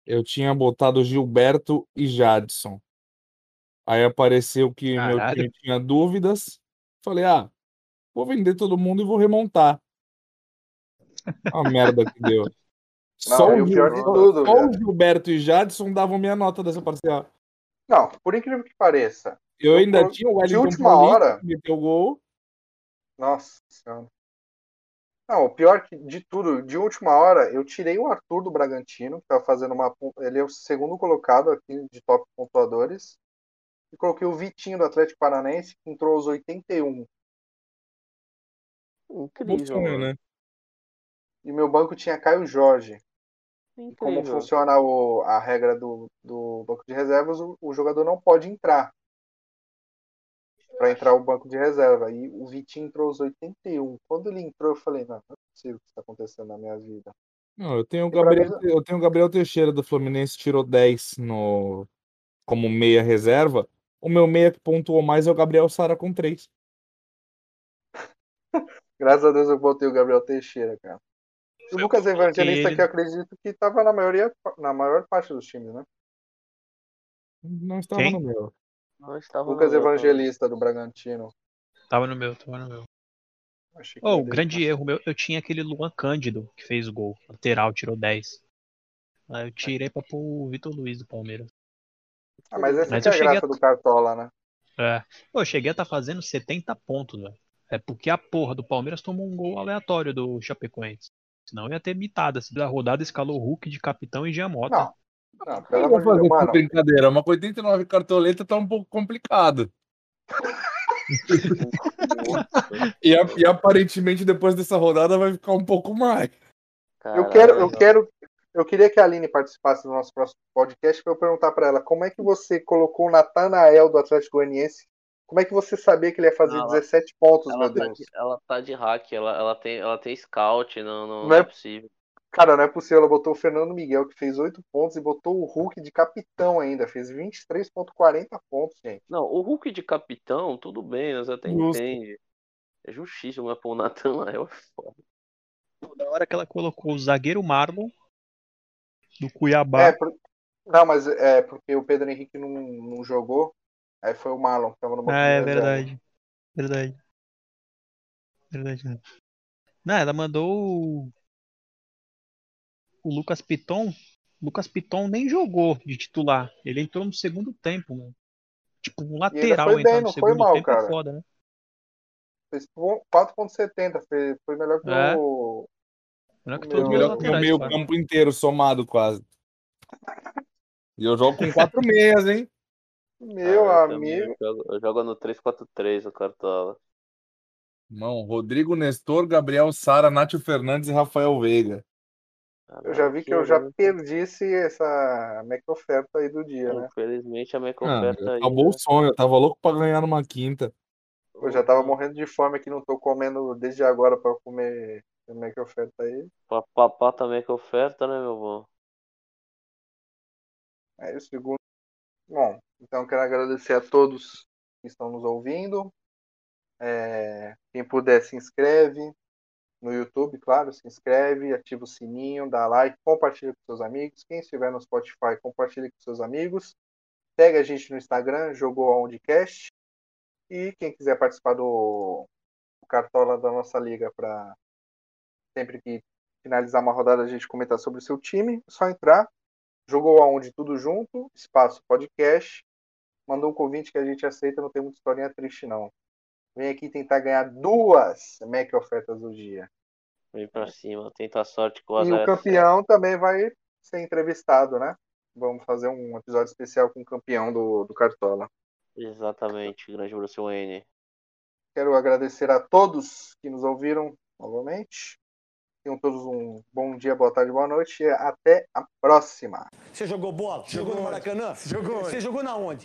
D: Eu tinha botado Gilberto e Jadson. Aí apareceu que meu
E: Caralho.
D: time tinha dúvidas. Falei, ah, vou vender todo mundo e vou remontar. A merda que deu.
B: Não,
D: Só
B: e
D: o,
B: o pior
D: Gil-
B: de tudo,
D: só o
B: velho.
D: Gilberto e Jadson davam minha nota dessa parcial.
B: Não, por incrível que pareça.
D: Eu,
B: Eu
D: ainda
B: colo-
D: tinha o Wellington
B: Então, última
D: Paulista,
B: hora.
D: que meteu o gol.
B: Nossa senhora. Não, o pior que- de tudo, de última hora, eu tirei o Arthur do Bragantino, que tava fazendo uma. pon- Ele é o segundo colocado aqui de top pontuadores. E coloquei o Vitinho do Atlético Paranaense, que entrou aos 81.
C: Incrível,
D: Funcionou,
C: mano.
D: né?
B: E meu banco tinha Caio Jorge. Como
C: Incrível.
B: funciona o- a regra do, do banco de reservas, o, o jogador não pode entrar para entrar o banco de reserva. E o Vitinho entrou aos 81. Quando ele entrou, eu falei, não, não é possível o que está acontecendo na minha vida.
D: Não, eu tenho o
B: pra
D: Gabriel,
B: mim-
D: eu tenho o Gabriel Teixeira do Fluminense, tirou 10 no, como meia reserva. O meu meia que pontuou mais é o Gabriel Sara com 3.
B: Graças a Deus eu botei o Gabriel Teixeira, cara. O
E: Eu
B: Lucas
E: coloquei
B: Evangelista,
E: ele.
B: que eu acredito que estava na maioria, na maior parte dos times, né?
D: Não estava
E: Quem?
D: no meu.
C: Não estava
B: Lucas
C: no meu também.
B: Evangelista do Bragantino.
E: Tava no meu, tava no meu.
B: Achei que
E: Oh,
B: ia
E: um grande erro meu. Eu tinha aquele Luan Cândido que fez o gol. Lateral, tirou 10. Aí eu tirei pra pôr o Vitor Luiz do Palmeiras.
B: Ah, mas essa
E: Mas
B: que é
E: eu
B: a
E: cheguei
B: graça
E: a-
B: do Cartola, né?
E: É. Pô, Eu cheguei a estar fazendo 70 pontos, velho. É porque a porra do Palmeiras tomou um gol aleatório do Chapecoense. Senão ia ter mitada. Se da rodada escalou o Hulk de capitão e Giamota.
B: Não. Não, pelo
D: Eu
B: amor de
D: vou fazer
B: Deus,
D: essa
B: mano.
D: brincadeira, mas com 89 cartoleta tá um pouco complicado. (laughs) E, a- e aparentemente depois dessa rodada vai ficar um pouco mais.
B: Eu quero, eu
C: Caralho.
B: quero, eu queria que a Aline participasse do nosso próximo podcast para eu perguntar para ela como é que você colocou o Natanael do Atlético Goianiense, como é que você sabia que ele ia fazer
C: Não, ela-
B: 17 pontos,
C: Ela
B: meu
C: tá,
B: Deus?
C: de, ela tá de hack, ela, ela, tem, ela tem scout, não, não,
B: Não
C: não
B: é-
C: é possível.
B: Cara, não é possível, ela botou o Fernando Miguel que fez 8 pontos e botou o Hulk de capitão ainda, fez 23.40 pontos, gente.
C: Não, o Hulk de capitão, tudo bem, nós até
D: Justo.
C: entende. É justíssimo, mas pô, o Natan Lael é foda.
E: Na hora que ela colocou o zagueiro Marlon do Cuiabá.
B: É, por- não, mas é porque o Pedro Henrique não, não jogou, aí foi o Marlon que tava no banco
E: Ah,
B: de
E: é
B: reserva.
E: verdade. Verdade. Verdade. né? Não, ela mandou o, o Lucas Piton. O Lucas Piton nem jogou de titular. Ele entrou no segundo tempo, mano. Tipo, um lateral
B: foi
E: entrar
B: bem,
E: no
B: não foi
E: segundo
B: mal,
E: tempo é
B: cara.
E: foda, né?
B: Fez 4.70, foi, foi melhor que
E: É.
B: o
E: Melhor que
B: O
E: todos os
B: meu-
E: meus
D: Melhor que o
E: laterais,
D: meio
E: cara.
D: campo inteiro somado quase. E eu jogo com quatro meias, hein?
B: meu
C: Ah, eu também
B: amigo.
C: jogo- Eu jogo no 3-4-3 o Cartola.
D: Não, Rodrigo Nestor, Gabriel Sara, Nátio Fernandes e Rafael Veiga.
B: Eu já vi que eu já perdi esse, essa mega oferta aí do dia, né?
C: Infelizmente a minha
D: Ah,
C: oferta aí. né?
D: acabou o sonho, eu tava louco pra ganhar numa quinta.
B: Eu já tava morrendo de fome aqui, não tô comendo desde agora pra comer essa mega oferta aí.
C: Pra papar também que oferta, né, meu bom?
B: Aí o segundo. Bom, então quero agradecer a todos que estão nos ouvindo. É, quem puder se inscreve no YouTube, claro, se inscreve, ativa o sininho, dá like, compartilha com seus amigos. Quem estiver no Spotify, compartilha com seus amigos. Segue a gente no Instagram, jogou aonde cast. E quem quiser participar do do Cartola da nossa liga para sempre que finalizar uma rodada a gente comentar sobre o seu time, é só entrar. Jogou aonde tudo junto, espaço podcast. Mandou um convite que a gente aceita, não tem muita historinha triste não. Vem aqui tentar ganhar duas Mac ofertas do dia.
C: Vem pra cima, tenta a sorte com o
B: É. E
C: azar.
B: o
C: é
B: campeão também vai ser entrevistado, né? Vamos fazer um episódio especial com o campeão do, do Cartola.
C: Exatamente, grande Bruce Wayne.
B: Quero agradecer a todos que nos ouviram novamente. Tenham todos um bom dia, boa tarde, boa noite e até a próxima.
A: Você jogou bola? Jogou no Maracanã? Jogou. Você jogou na onde?